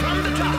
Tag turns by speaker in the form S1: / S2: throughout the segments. S1: From the top.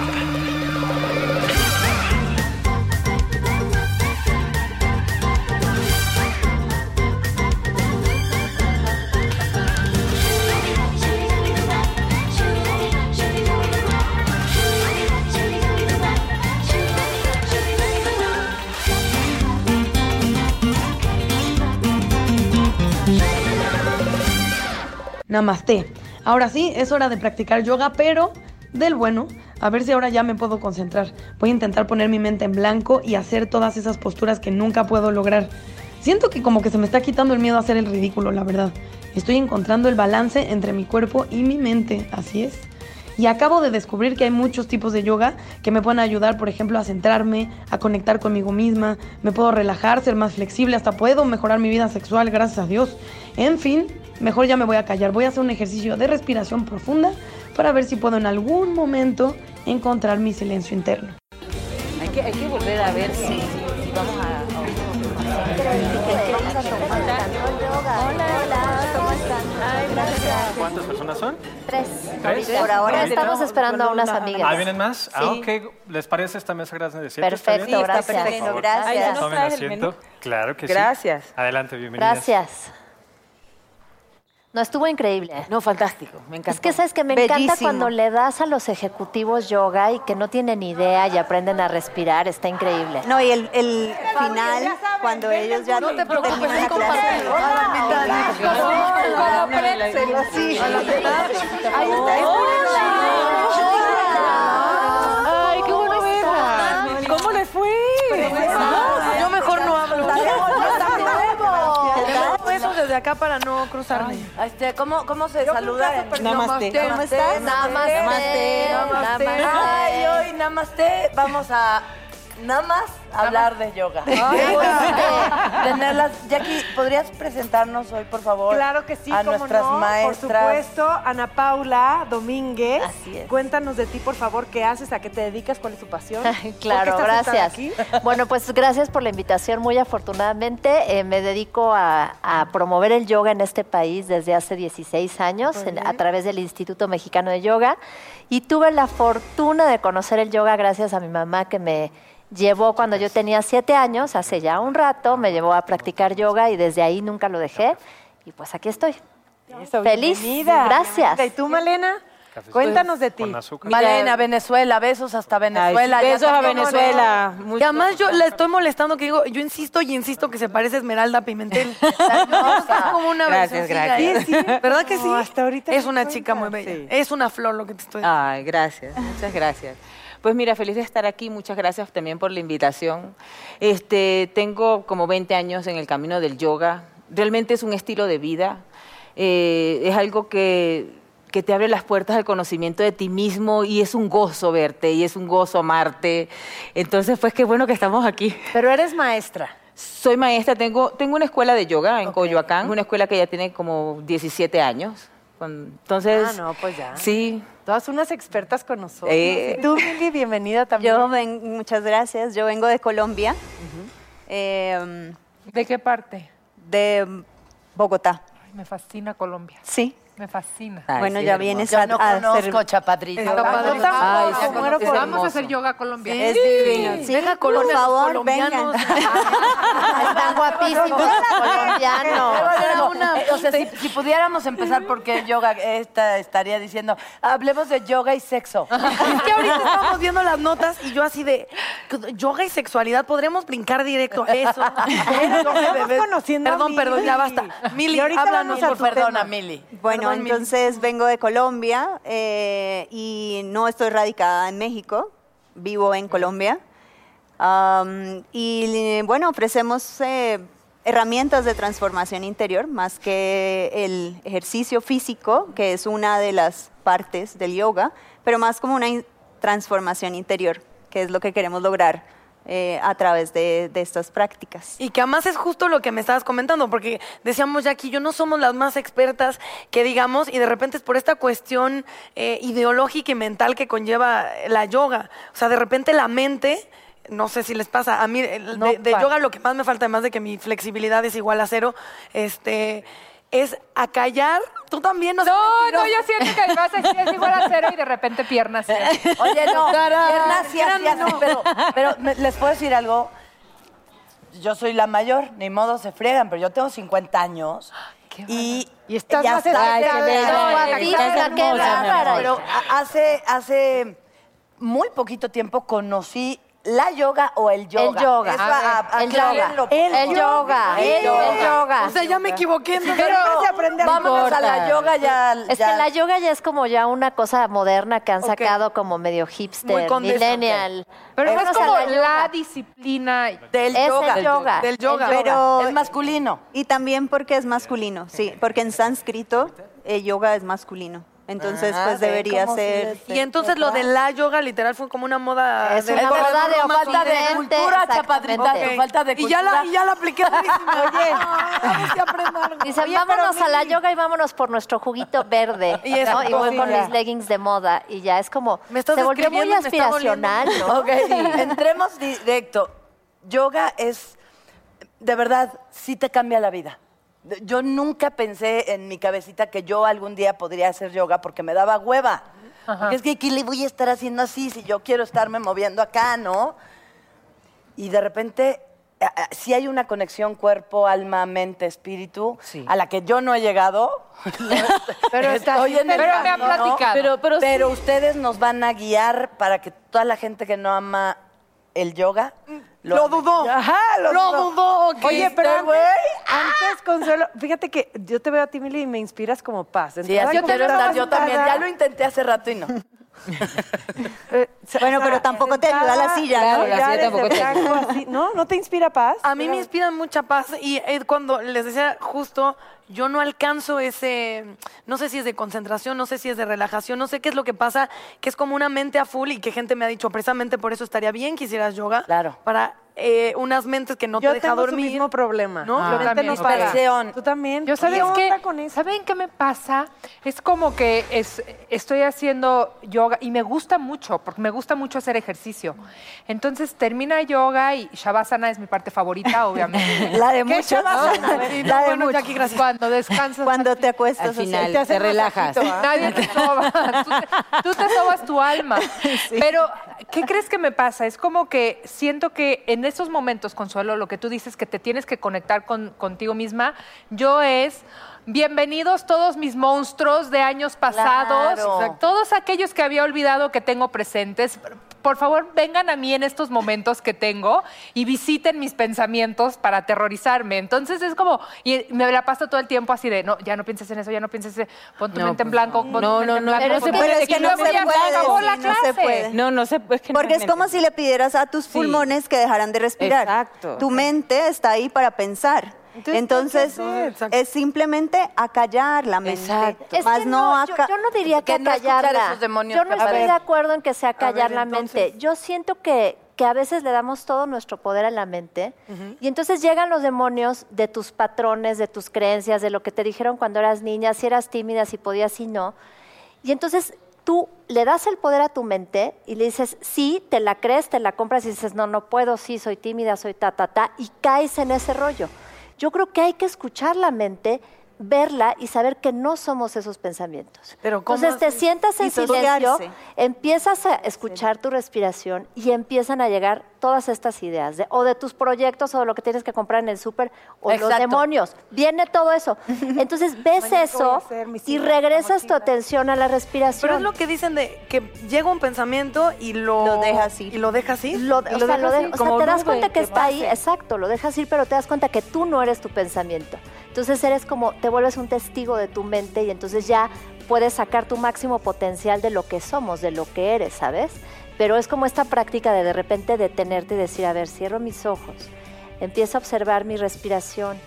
S2: Namaste. Ahora sí, es hora de practicar yoga, pero del bueno. A ver si ahora ya me puedo concentrar. Voy a intentar poner mi mente en blanco y hacer todas esas posturas que nunca puedo lograr. Siento que como que se me está quitando el miedo a hacer el ridículo, la verdad. Estoy encontrando el balance entre mi cuerpo y mi mente, así es. Y acabo de descubrir que hay muchos tipos de yoga que me pueden ayudar, por ejemplo, a centrarme, a conectar conmigo misma, me puedo relajar, ser más flexible, hasta puedo mejorar mi vida sexual, gracias a Dios. En fin, mejor ya me voy a callar, voy a hacer un ejercicio de respiración profunda para ver si puedo en algún momento encontrar mi silencio interno.
S3: Hay que, hay que volver a ver si, si vamos a...
S4: ¿Cuántas personas son?
S5: Tres.
S4: ¿Tres?
S5: Por ahora
S4: ¿Ahorita?
S5: estamos esperando a unas amigas.
S4: ¿Ah, vienen más? Ah,
S5: Sí.
S4: ok. ¿Les parece esta mesa grande de siete? ¿Está bien?
S5: Perfecto, gracias.
S4: Por favor,
S5: Gracias.
S4: Tomen asiento. Claro que sí.
S3: Gracias.
S4: Adelante, bienvenidas.
S5: Gracias. No, estuvo increíble.
S3: No, fantástico, me encanta.
S5: Es que sabes que me encanta cuando le das a los ejecutivos yoga y que no tienen idea y aprenden a respirar, está increíble.
S6: No, y el, el final, cuando ellos ya no te preocupes, la clase. Sí. Ahí está, es
S3: Ay, qué bueno verla. ¿Cómo les fue? Yo mejor no hablo.
S2: Eso desde acá para no cruzarme.
S6: Este, ¿cómo, ¿Cómo se saluda? Namaste. ¿Cómo estás?
S5: Namaste.
S6: Namaste.
S5: Namaste.
S6: Ay, hoy namaste. Vamos a nada más hablar de yoga. Ay, Tenerlas. Jackie, ¿podrías presentarnos hoy, por favor?
S7: Claro que sí,
S6: A
S7: cómo
S6: nuestras
S7: no,
S6: maestras.
S7: Por supuesto, Ana Paula Domínguez.
S6: Así es.
S7: Cuéntanos de ti, por favor, qué haces, a qué te dedicas, cuál es tu pasión.
S5: Claro,
S7: ¿Por qué estás sentada
S5: gracias.
S7: aquí?
S5: Bueno, pues gracias por la invitación. Muy afortunadamente eh, me dedico a, a promover el yoga en este país desde hace 16 años en- a través del Instituto Mexicano de Yoga y tuve la fortuna de conocer el yoga gracias a mi mamá que me llevó cuando yo tenía 7 años, hace ya un rato, me llevó a practicar yoga y desde ahí nunca lo dejé y pues aquí estoy.
S7: Eso,
S5: Feliz.
S7: bienvenida,
S5: Gracias.
S7: bienvenida. ¿Y tú, Malena? Cuéntanos de ti.
S4: Con azúcar.
S6: Malena, Venezuela, besos hasta Venezuela. Ya
S7: besos a
S6: cambió, ¿no?
S7: Venezuela.
S2: Y además yo la estoy molestando que digo, yo insisto y insisto que se parece a Esmeralda Pimentel.
S6: hermosa.
S2: como una
S3: Gracias,
S2: versioncilla,
S3: gracias.
S2: ¿eh? ¿Verdad que sí?
S7: No, hasta ahorita
S2: es
S7: no
S2: una
S7: cuenta,
S2: chica muy bella.
S7: sí.
S2: Es una flor lo que te estoy diciendo.
S3: Ay, gracias, muchas gracias. Pues mira, feliz de estar aquí, muchas gracias también por la invitación. Este, tengo como 20 años en el camino del yoga, realmente es un estilo de vida, Eh, es algo que, que te abre las puertas al conocimiento de ti mismo y es un gozo verte y es un gozo amarte. Entonces, pues qué bueno que estamos aquí.
S7: Pero eres maestra.
S3: Soy maestra, tengo, tengo una escuela de yoga en Coyoacán, una escuela que ya tiene como 17 años. Con- Entonces,
S7: Ah, no, pues ya.
S3: sí,
S7: Todas unas expertas con nosotros.
S3: Eh.
S7: Y tú, Mili, bienvenida también.
S6: Yo ven- muchas gracias. Yo vengo de Colombia. Em, Eh,
S8: ¿De qué parte?
S6: de Bogotá.
S8: Ay, me fascina Colombia.
S6: Sí.
S9: Me fascina.
S10: Ay,
S6: Bueno,
S10: sí,
S6: ya
S10: es
S6: vienes
S10: hermoso.
S6: a- Yo no a hacer- conozco
S7: Chapadrito.
S6: Yo
S9: Ay,
S6: tampoco, me muero por-
S9: Vamos a hacer yoga colombiano.
S6: Es divino. Sí, por favor,
S7: Están guapísimos
S6: colombianos.
S7: Eh, O sea, si, si pudiéramos empezar por qué yoga, esta estaría diciendo, hablemos de yoga y sexo.
S2: Es que ahorita estábamos viendo las notas y yo así de yoga y sexualidad, podremos brincar directo eso.
S6: Estamos conociendo a
S2: Perdón,
S6: Mili.
S2: perdón, ya basta. Mili,
S6: Y ahorita
S2: háblanos,
S6: vamos a
S2: por
S6: tu
S2: favor.
S6: tema. Bueno,
S2: Perdón, Mili.
S6: entonces vengo de Colombia eh, y no estoy radicada en México, vivo en Colombia. Am, y eh, bueno, ofrecemos eh, herramientas de transformación interior, más que el ejercicio físico, que es una de las partes del yoga, pero más como una in- transformación interior, que es lo que queremos lograr eh, a través de- de estas prácticas.
S2: Y que además es justo lo que me estabas comentando, porque decíamos ya aquí, yo no somos las más expertas que digamos, y de repente es por esta cuestión eh, ideológica y mental que conlleva la yoga. O sea, de repente la mente, no sé si les pasa, a mí el-
S11: No
S2: de, de
S11: para.
S2: yoga lo que más me falta, además de que mi flexibilidad es igual a cero, este, es acallar. Tú también, no sé,
S9: No, no,
S2: mentirosa.
S9: yo siento que me vas a decir es igual a cero y de repente piernas.
S7: Oye, no,
S9: Tarán.
S7: piernas sí, así, así, pero, pero me- les puedo decir algo. Yo soy la mayor, ni modo se friegan, pero yo tengo 50 años. Y,
S11: Y estás
S7: ya
S11: más
S7: está-
S11: especial.
S7: Ay, qué
S11: No,
S7: bella.
S11: Juanita,
S7: Estás
S11: qué
S7: hermosa,
S11: bárbara.
S7: mi amor. Pero a- hace, hace muy poquito tiempo conocí la yoga o el yoga.
S5: yoga,
S7: Eso
S5: a
S7: a-
S5: ver,
S7: a-
S5: el
S7: aclárenlo,
S5: yoga,
S7: por
S5: el
S7: favor.
S5: yoga, el yoga.
S2: O sea, ya me equivoqué. ¿no?
S7: Pero vamos a aprender. Vámonos a la yoga ya.
S5: Es
S7: ya-
S5: que la yoga ya es como ya una cosa moderna que han
S2: Ok.
S5: sacado como medio
S2: Muy
S5: hipster,
S2: condesa,
S5: millennial.
S9: Pero no es
S5: Vámonos a
S9: como
S5: la yoga.
S9: la disciplina.
S7: del
S5: es
S7: yoga.
S5: el yoga.
S2: Del yoga.
S5: El
S6: Pero-
S7: Es masculino.
S6: Y también porque es masculino, sí, porque en sánscrito el yoga es masculino. Entonces,
S7: Ah,
S6: pues
S7: ve
S6: debería
S7: cómo este sí
S6: ser.
S7: les-
S2: Y entonces lo de la yoga literal fue como una moda.
S5: Es
S2: de-
S5: una
S2: de-
S5: moda de
S2: romántica.
S7: Falta de
S5: Occidente,
S7: cultura,
S5: exactamente.
S7: chapadrita, tu
S5: Ok.
S7: falta de
S2: Y ya
S7: cultura.
S2: la, y ya la apliqué. Oye,
S5: Dicen, vámonos a la yoga y vámonos por nuestro juguito verde.
S2: Y eso,
S5: ¿no? Y voy con
S2: sí, ya.
S5: mis leggings de moda. Y ya es como,
S2: Me estás
S5: se volvió muy
S2: describiendo, me está doliendo.
S5: aspiracional, ¿no?
S7: Ok, entremos directo. Yoga es, de verdad, sí te cambia la vida. Yo nunca pensé en mi cabecita que yo algún día podría hacer yoga porque me daba hueva. Porque es que aquí le voy a estar haciendo así si yo quiero estarme moviendo acá, ¿no? Y de repente a- a- sí hay una conexión cuerpo, alma, mente, espíritu
S10: Sí.
S7: a la que yo no he llegado.
S9: Pero está-
S7: Estoy en el
S9: pero me han
S7: camino.
S9: platicado.
S7: Pero, ustedes nos van a guiar para que toda la gente que no ama el yoga
S2: Lo dudó.
S7: Ajá, lo,
S2: Lo dudó, ok.
S7: Oye,
S2: Este
S7: pero antes-
S2: güey.
S7: ah.
S11: Antes, Consuelo, fíjate que yo te veo a ti, Mili, y me inspiras como paz.
S7: Sí, así
S11: Entrada como
S7: quiero estar yo
S11: sentada,
S7: también. Ya lo intenté hace rato y no.
S11: eh,
S6: Bueno,
S11: sentada,
S6: pero tampoco te ayuda la silla, ¿no?
S10: Claro, la silla
S11: desde
S10: tampoco te
S11: blanco, así. ¿No? ¿No te inspira paz?
S2: A mí me inspiran mucha paz y eh, cuando les decía justo, yo no alcanzo ese, no sé si es de concentración, no sé si es de relajación, no sé qué es lo que pasa, que es como una mente a full y que gente me ha dicho, precisamente por eso estaría bien que hicieras yoga.
S7: Claro.
S2: Para eh, unas mentes que no
S11: yo
S2: te deja
S11: tengo su
S2: dormir.
S11: mismo problema.
S2: ¿No?
S11: Mi
S2: Ah,
S11: mente
S9: también,
S11: no
S9: ok.
S11: para.
S7: Presión.
S11: Tú también.
S9: Yo sabes
S11: ¿Qué
S9: que,
S11: onda con eso?
S9: ¿saben qué me pasa? Es como que es, estoy haciendo yoga y me gusta mucho, porque me gusta mucho hacer ejercicio. Entonces termina yoga y Shavasana es mi parte favorita, obviamente.
S6: La de
S9: ¿Qué
S6: muchos.
S7: Ah.
S9: Shavasana?
S6: La de
S9: No, bueno,
S6: muchos.
S9: Jackie, gracias. Cuando descansas.
S6: Cuando te
S10: Al
S6: acuestas así.
S10: final te, relajas.
S6: ¿ah?
S9: Nadie te soba. Tú te, tú te sobas tu alma. Pero, ¿qué crees que me pasa? Es como que siento que en esos momentos, Consuelo, lo que tú dices que te tienes que conectar con, contigo misma, yo es. Bienvenidos todos mis monstruos de años pasados,
S7: Claro. Exacto.
S9: todos aquellos que había olvidado que tengo presentes. Por favor, vengan a mí en estos momentos que tengo y visiten mis pensamientos para aterrorizarme. Entonces es como, y me la paso todo el tiempo así de, no, ya no pienses en eso, ya no pienses en, pon tu
S10: No,
S9: mente en
S10: pues,
S9: blanco,
S10: no.
S9: pon
S10: No,
S9: tu mente
S10: no,
S9: en
S10: no,
S9: blanco.
S10: pero
S9: pon
S10: se
S9: tu mente-
S6: puede, es que
S9: y
S6: no
S9: luego
S6: se
S9: ya
S6: puede,
S9: acabó
S6: sí,
S9: la
S6: no se
S9: clase.
S6: puede.
S10: No, no sé, es que no
S6: Porque es
S10: realmente.
S6: como si le pidieras a tus pulmones que dejaran de respirar.
S10: Exacto.
S6: Tu mente está ahí para pensar. Entonces, es simplemente acallar la mente.
S7: Exacto.
S5: Es
S6: Más
S5: que
S6: no,
S5: yo,
S6: aca-
S5: yo no diría que,
S7: que no escuchar
S5: acallarla.
S7: esos demonios
S5: yo no
S7: que
S5: estoy
S7: aparecen.
S5: de acuerdo en que sea callar
S2: ver,
S5: la
S2: entonces.
S5: mente. Yo siento que, que a veces le damos todo nuestro poder a la mente y entonces llegan los demonios de tus patrones, de tus creencias, de lo que te dijeron cuando eras niña, si eras tímida, si podías, si no. Y entonces tú le das el poder a tu mente y le dices, sí, te la crees, te la compras y dices, no, no puedo, sí, soy tímida, soy ta, ta, ta, y caes en ese rollo. Yo creo que hay que escuchar la mente, verla y saber que no somos esos pensamientos.
S12: Pero ¿cómo
S5: Entonces te
S12: haces?
S5: sientas en silencio,
S12: Disociarse.
S5: empiezas a escuchar tu respiración y empiezan a llegar todas estas ideas, de- o de tus proyectos, o de lo que tienes que comprar en el súper, o los
S2: Exacto.
S5: demonios. Viene todo eso. Entonces
S2: Mañana,
S5: ves
S2: ¿qué voy a
S5: eso
S2: hacer? Mis
S5: y
S2: hijos, la
S5: regresas tu atención a la respiración.
S2: Pero es lo que dicen de que llega un pensamiento y lo, lo deja así. Y lo deja así.
S5: Lo, o sea, lo de- o sea, te das cuenta que está ahí,
S2: exacto.
S5: exacto, lo dejas ir, pero te das cuenta que tú no eres tu pensamiento. Entonces eres como, te vuelves un testigo de tu mente y entonces ya puedes sacar tu máximo potencial de lo que somos, de lo que eres, ¿sabes? Pero es como esta práctica de de repente detenerte y decir, a ver, cierro mis ojos, empiezo a observar mi respiración.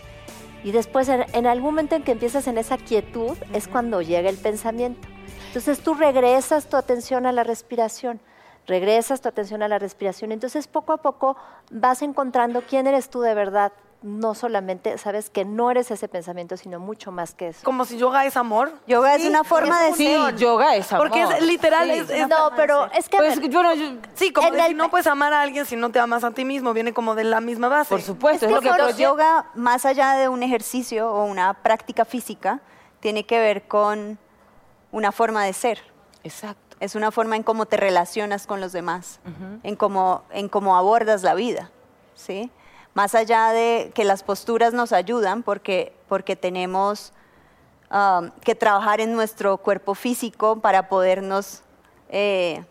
S5: Y después, en, en algún momento en que empiezas en esa quietud, es cuando llega el pensamiento. Entonces tú regresas tu atención a la respiración, regresas tu atención a la respiración. Entonces poco a poco vas encontrando quién eres tú de verdad. No solamente sabes que no eres ese pensamiento, sino mucho más que eso.
S2: Como si yoga es amor.
S5: Yoga
S2: es una forma de
S7: Sí,
S2: ser.
S7: yoga es amor.
S2: Porque es literal.
S7: Sí.
S2: es- es-
S5: No, pero es que, a
S7: Pues,
S5: ver,
S7: yo no- yo-
S2: Sí, como
S5: en
S2: decir,
S5: el-
S2: no puedes amar a alguien si no te amas a ti mismo. Viene como de la misma base. Por
S7: supuesto,
S6: Es que el yoga, más allá de un ejercicio o una práctica física, tiene que ver con una forma de ser.
S7: Exacto.
S6: Es una forma en cómo te relacionas con los demás, en, cómo, en cómo abordas la vida, ¿sí? Más allá de que las posturas nos ayudan porque, porque tenemos um, que trabajar en nuestro cuerpo físico para podernos, eh,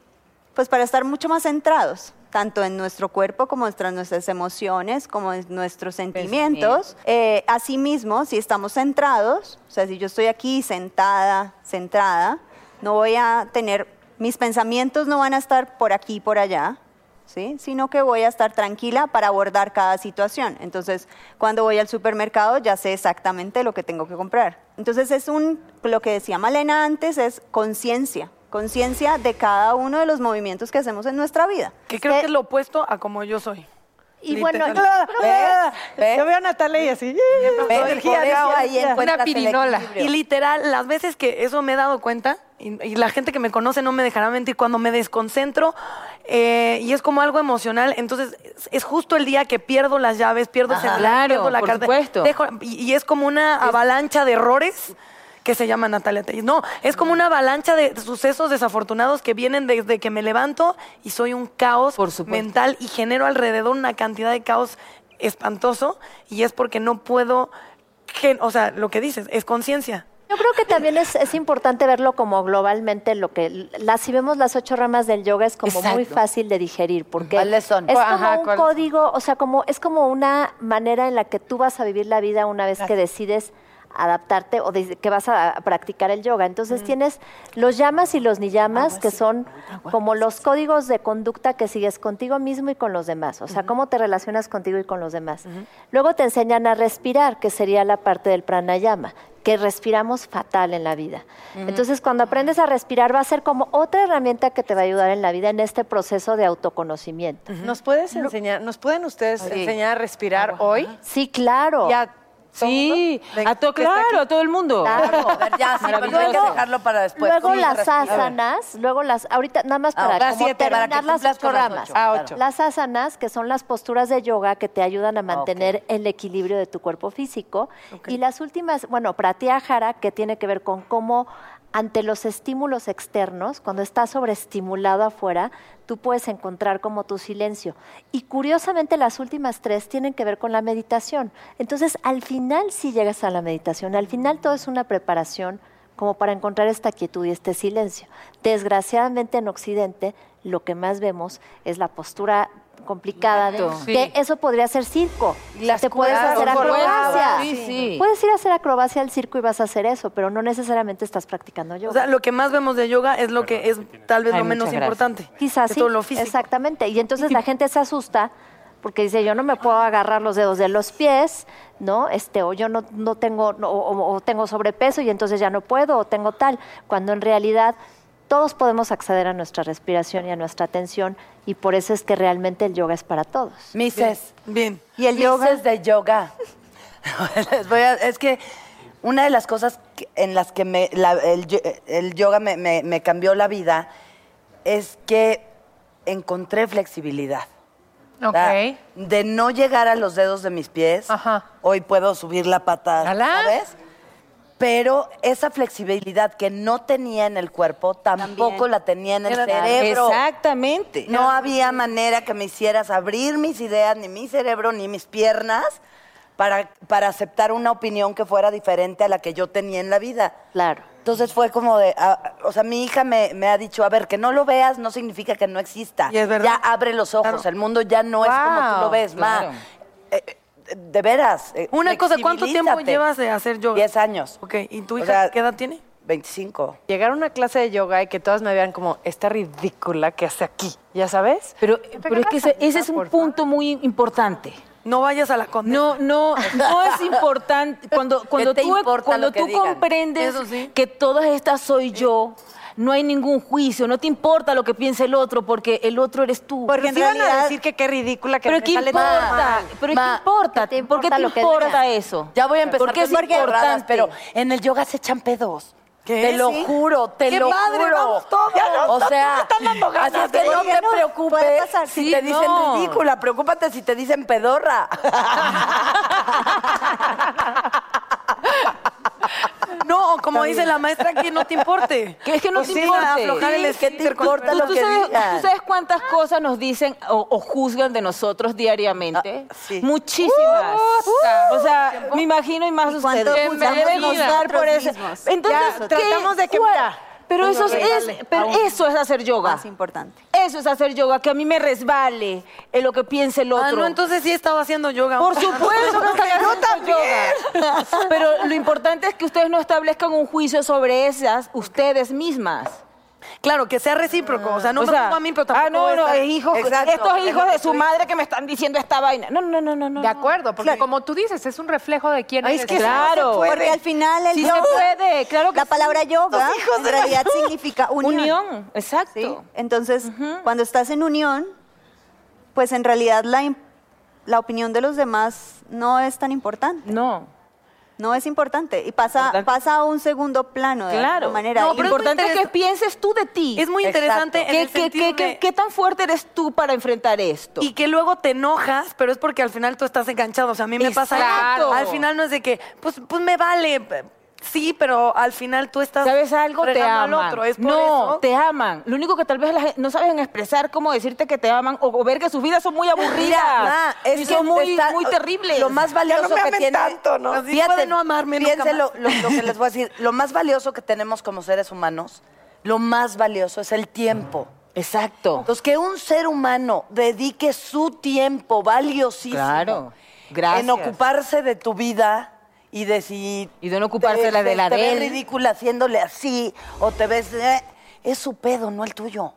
S6: pues para estar mucho más centrados, tanto en nuestro cuerpo como en nuestras- nuestras emociones, como en nuestros sentimientos. Eh, asimismo, si estamos centrados, o sea, si yo estoy aquí sentada, centrada, no voy a tener, mis pensamientos no van a estar por aquí, por allá, ¿sí? sino que voy a estar tranquila para abordar cada situación. Entonces, cuando voy al supermercado ya sé exactamente lo que tengo que comprar. Entonces, es un, lo que decía Malena antes, es conciencia, conciencia de cada uno de los movimientos que hacemos en nuestra vida.
S2: Que creo que es lo opuesto a como yo soy.
S6: Y bueno,
S2: Literal.
S6: yo- ¿Ves?
S13: Yo veo a Natalia y así.
S2: Ve,
S13: energía,
S2: por eso
S13: no,
S2: ahí
S13: energía.
S2: encuentras el equilibrio. Y literal, las veces que eso me he dado cuenta, y, y la gente que me conoce no me dejará mentir, cuando me desconcentro eh, y es como algo emocional, entonces es, es justo el día que pierdo las llaves, pierdo el
S7: Ajá.
S2: celular,
S7: Claro,
S2: pierdo la
S7: por
S2: cartera,
S7: supuesto.
S2: dejo- y, y es como una avalancha de errores que se llama Natalia Tellis. No, es como
S7: Mm.
S2: una avalancha de sucesos desafortunados que vienen desde que me levanto y soy un caos mental y genero alrededor una cantidad de caos espantoso y es porque no puedo, gen- o sea, lo que dices, es conciencia.
S5: Yo creo que también es, es importante verlo como globalmente lo que las si vemos las ocho ramas del yoga es como muy
S2: Exacto.
S5: fácil de digerir porque es como
S2: Ajá,
S5: un
S2: ¿cuáles son?
S5: código, o sea, como es como una manera en la que tú vas a vivir la vida una vez que decides adaptarte o de- que vas a, a practicar el yoga. Entonces tienes los llamas y los niyamas, que son como los códigos de conducta que sigues contigo mismo y con los demás. O sea, cómo te relacionas contigo y con los demás. Luego te enseñan a respirar, que sería la parte del pranayama, que respiramos fatal en la vida.
S2: Ujú.
S5: Entonces, cuando aprendes a respirar, va a ser como otra herramienta que te va a ayudar en la vida en este proceso de autoconocimiento.
S13: ¿Nos puedes enseñar, nos pueden ustedes
S5: Sí.
S13: enseñar a respirar hoy?
S5: Sí, claro.
S13: Ya.
S7: Sí, a todo, claro, a todo el mundo.
S5: Claro.
S12: Ya, sí, pero hay que
S5: Luego-
S12: dejarlo para después.
S5: luego
S12: Sí,
S5: las
S12: respira.
S5: asanas, luego las, ahorita nada más
S12: Ah,
S5: para
S12: las
S5: como
S12: siete, para
S5: terminar
S12: que
S5: las
S12: cumplas
S5: ocho
S12: con las
S5: ramas.
S12: ocho, Ah, ocho. Ah,
S5: Las asanas, que son las posturas de yoga que te ayudan a mantener el equilibrio de tu cuerpo físico. Y las últimas, bueno, pratyahara, que tiene que ver con cómo ante los estímulos externos, cuando estás sobreestimulado afuera, tú puedes encontrar como tu silencio. Y curiosamente las últimas tres tienen que ver con la meditación. Entonces, al final sí llegas a la meditación, al final todo es una preparación como para encontrar esta quietud y este silencio. Desgraciadamente en Occidente lo que más vemos es la postura complicada de
S7: Exacto.
S5: que
S7: Sí.
S5: eso podría ser circo. Te puedes
S7: cuerdas,
S5: hacer
S7: por supuesto.
S5: acrobacia.
S7: Sí, sí.
S5: Puedes ir a hacer acrobacia al circo y vas a hacer eso, pero no necesariamente estás practicando yoga.
S2: O sea, lo que más vemos de yoga es lo que es tal vez
S5: Ay,
S2: lo menos
S5: muchas gracias.
S2: importante.
S5: Quizás
S2: de
S5: sí.
S2: todo lo físico.
S5: Exactamente. Y entonces la gente se asusta porque dice, yo no me puedo agarrar los dedos de los pies, ¿no? Este, o yo no, no tengo, no, o, o tengo sobrepeso y entonces ya no puedo, o tengo tal. Cuando en realidad todos podemos acceder a nuestra respiración y a nuestra atención, y por eso es que realmente el yoga es para todos.
S7: Mm.
S12: Mises.
S2: Bien.
S12: Y el yoga es de yoga. Les voy a- es que una de las cosas que- en las que me- la- el, yo- el yoga me, me- me cambió la vida es que encontré flexibilidad. O sea,
S9: Ok.
S12: de no llegar a los dedos de mis pies, hoy puedo subir la pata, ¿sabes? pero esa flexibilidad que no tenía en el cuerpo tampoco
S6: También.
S12: la tenía en el
S6: Era-
S12: cerebro.
S7: Exactamente.
S12: No había manera que me hicieras abrir mis ideas, ni mi cerebro, ni mis piernas, para, para aceptar una opinión que fuera diferente a la que yo tenía en la vida.
S5: Claro.
S12: Entonces fue como de, ah, o sea, mi hija me, me ha dicho, a ver, que no lo veas no significa que no exista. Ya abre los ojos, el mundo ya no es como tú lo
S2: Wow,
S12: ves, ma.
S2: claro.
S12: Eh, eh, de veras. eh,
S2: Una cosa, ¿cuánto tiempo
S12: flexibilízate.
S2: llevas de hacer yoga?
S12: Diez años.
S2: Ok, ¿y tu
S12: O
S2: hija
S12: sea,
S2: qué edad tiene?
S12: 25.
S13: Llegar a una clase de yoga y que todas me vean como, esta ridícula que hace aquí, ¿ya sabes?
S7: Pero, pero es que ese, ese es un punto muy importante.
S2: No vayas a la condena.
S7: No, no, no es importante. Cuando, cuando
S12: ¿Qué te
S7: tú, e-,
S12: importa
S7: cuando
S12: lo que
S7: tú
S12: digan?
S7: comprendes
S12: Eso sí.
S7: que todas estas soy yo, no hay ningún juicio, no te importa lo que piense el otro, porque el otro eres tú.
S13: Porque en realidad, a decir que qué ridícula que
S7: pero
S13: me
S7: qué
S13: sale
S7: importa,
S13: todo mal.
S7: pero qué importa, ¿por qué te
S5: lo que
S7: importa
S5: digan?
S7: eso?
S12: Ya voy a empezar
S7: Porque es
S12: con burradas,
S7: importante.
S12: pero en el yoga se echan pedos. Te lo
S6: ¿Sí?
S12: juro, te
S6: ¡Qué
S12: lo
S6: padre,
S12: juro.
S6: vamos todos!
S12: o sea, así es que no
S6: Oye,
S12: te
S6: no, puede
S12: preocupes
S6: pasar.
S12: si
S6: Sí,
S12: te dicen
S6: no.
S12: ridícula, preocúpate si te dicen pedorra.
S2: No, o como dice la maestra, que no te importe.
S7: Que es que no
S2: Pues
S7: te
S2: sí,
S7: importa.
S2: aflojar el
S7: Sí, sí,
S2: esfínter
S7: tú-
S2: con-
S7: tú- tú sabes, tú sabes
S6: Ah.
S7: cuántas cosas nos dicen o, o juzgan de nosotros diariamente? Ah,
S6: Ah,
S7: Muchísimas. o sea, me imagino y más
S6: ¿Y
S7: ustedes.
S6: cuánto juzgamos
S7: Bienvenidas.
S6: nosotros
S7: Por eso.
S6: mismos?
S7: Entonces,
S6: Ya,
S7: ¿qué?
S6: tratamos de que,
S7: ¿Cuál?
S6: mira, pues,
S7: Pero
S6: nos
S7: eso es,
S6: regale
S7: es- pero
S6: aún
S7: eso es hacer yoga.
S6: Más importante.
S7: Eso es hacer yoga, que a mí me resbale en lo que piense el otro.
S2: Ah, no, entonces sí he estado haciendo yoga. Ah,
S7: Por supuesto que están haciendo yoga. Pero lo importante es que ustedes no establezcan un juicio sobre esas ustedes mismas.
S2: Claro, que sea recíproco. O sea, no
S7: O
S2: me
S7: sea,
S2: pongo a mí, pero tampoco
S7: Ah, no,
S2: voy a
S7: no,
S2: estar-
S7: hijos,
S2: Exacto,
S7: estos
S2: es lo
S7: hijos
S2: que
S7: de su
S2: estoy-
S7: madre que me están diciendo esta vaina. No, no, no, no, no.
S9: De
S7: no.
S9: acuerdo, porque como tú dices, es un reflejo de quién
S6: Ay,
S9: eres.
S6: es que
S7: Claro.
S6: claro, porque al final el
S7: Sí se
S6: yoga,
S7: puede, claro que
S6: la palabra
S7: sí.
S6: yoga
S7: Los hijos
S6: en
S7: de-
S6: realidad significa unión.
S7: Unión, exacto.
S6: ¿sí? Entonces, cuando estás en unión, pues en realidad la, im- la opinión de los demás no es tan importante.
S7: No.
S6: No es importante y pasa,
S7: Importante.
S6: pasa a un segundo plano de
S7: Claro.
S6: alguna manera.
S7: No,
S6: Y-
S7: lo importante es que pienses tú de ti.
S2: Es muy interesante en
S7: ¿Qué,
S2: el
S7: qué-
S2: sentido
S7: qué-
S2: de-
S7: qué- qué tan fuerte eres tú para enfrentar esto?
S2: Y que luego te enojas, pero es porque al final tú estás enganchado. O sea, a mí me pasa.
S7: Exacto.
S2: Al final no es de que, pues, pues me vale. Sí, pero al final tú estás.
S7: ¿Sabes algo? Te
S2: fregando
S7: aman.
S2: al otro. Es por
S7: no,
S2: eso.
S7: te aman. Lo único que tal vez la gen- no saben expresar cómo decirte que te aman o, o ver que sus vidas son muy aburridas.
S12: Mira, ma, es
S7: y
S12: que
S7: son muy,
S12: está-
S7: muy terribles.
S12: Lo más valioso
S2: me
S12: que
S2: amen
S12: tiene.
S2: tanto, ¿no? Así puede no amarme nunca
S12: piensen
S2: más.
S12: lo, lo- lo que les voy a decir. Lo más valioso que tenemos como seres humanos, lo más valioso es el tiempo.
S7: Exacto.
S12: Entonces, que un ser humano dedique su tiempo valiosísimo
S7: Claro. Gracias.
S12: en ocuparse de tu vida y de si.
S7: Y de no ocuparse
S12: te-
S7: la de la
S12: te
S7: de
S12: ves
S7: él.
S12: ridícula haciéndole así o te ves. eh, es su pedo, no el tuyo.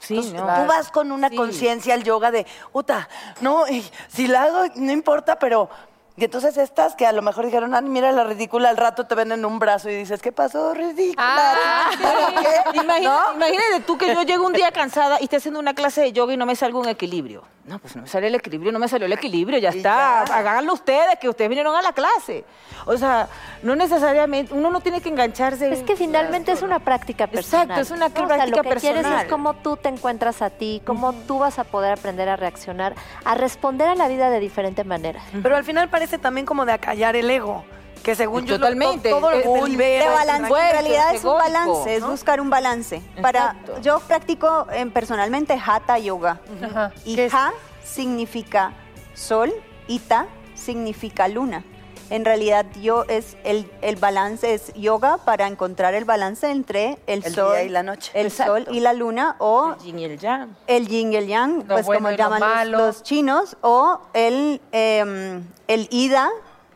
S7: Sí,
S12: Entonces,
S7: no.
S12: Tú vas con una
S7: Sí.
S12: conciencia al yoga de, uta, no, y si la hago, no importa, pero. Y entonces estas que a lo mejor dijeron, ah, mira la ridícula, al rato te ven en un brazo y dices, ¿qué pasó, ridícula?
S7: Ah,
S12: ¿Para qué?
S7: Imagina-
S12: ¿No?
S7: Imagínate tú que yo llego un día cansada y esté haciendo una clase de yoga y no me salga un equilibrio. No, pues no me sale el equilibrio, no me salió el equilibrio, ya está. Háganlo ustedes, que ustedes vinieron a la clase. O sea, no necesariamente, uno no tiene que engancharse.
S5: Es que finalmente es una práctica personal.
S7: Exacto, es una
S5: ¿no? O sea,
S7: práctica
S5: lo que quieres
S7: personal.
S5: es cómo tú te encuentras a ti, cómo tú vas a poder aprender a reaccionar, a responder a la vida de diferente manera.
S2: Pero al final parece también como de acallar el ego. Que según yo. lo-
S7: Totalmente.
S2: Todo lo que
S7: Es-
S2: te libera,
S6: de balance.
S7: Fuerte,
S6: en realidad es un
S7: egóico,
S6: balance, es
S7: ¿no?
S6: buscar un balance. Para,
S7: Exacto.
S6: yo practico eh, personalmente hatha yoga.
S9: Ajá.
S6: Y
S9: ¿Qué es?
S6: ha significa sol y ta significa luna. En realidad yo es el, el balance es yoga para encontrar el balance entre el,
S12: El
S6: sol
S12: día y la noche.
S6: el sol y la luna o
S7: El yin y el yang.
S6: el yin y el yang, pues
S9: bueno
S6: como
S9: y lo
S6: llaman los-
S9: malo.
S6: los, chinos, o el, em, el ida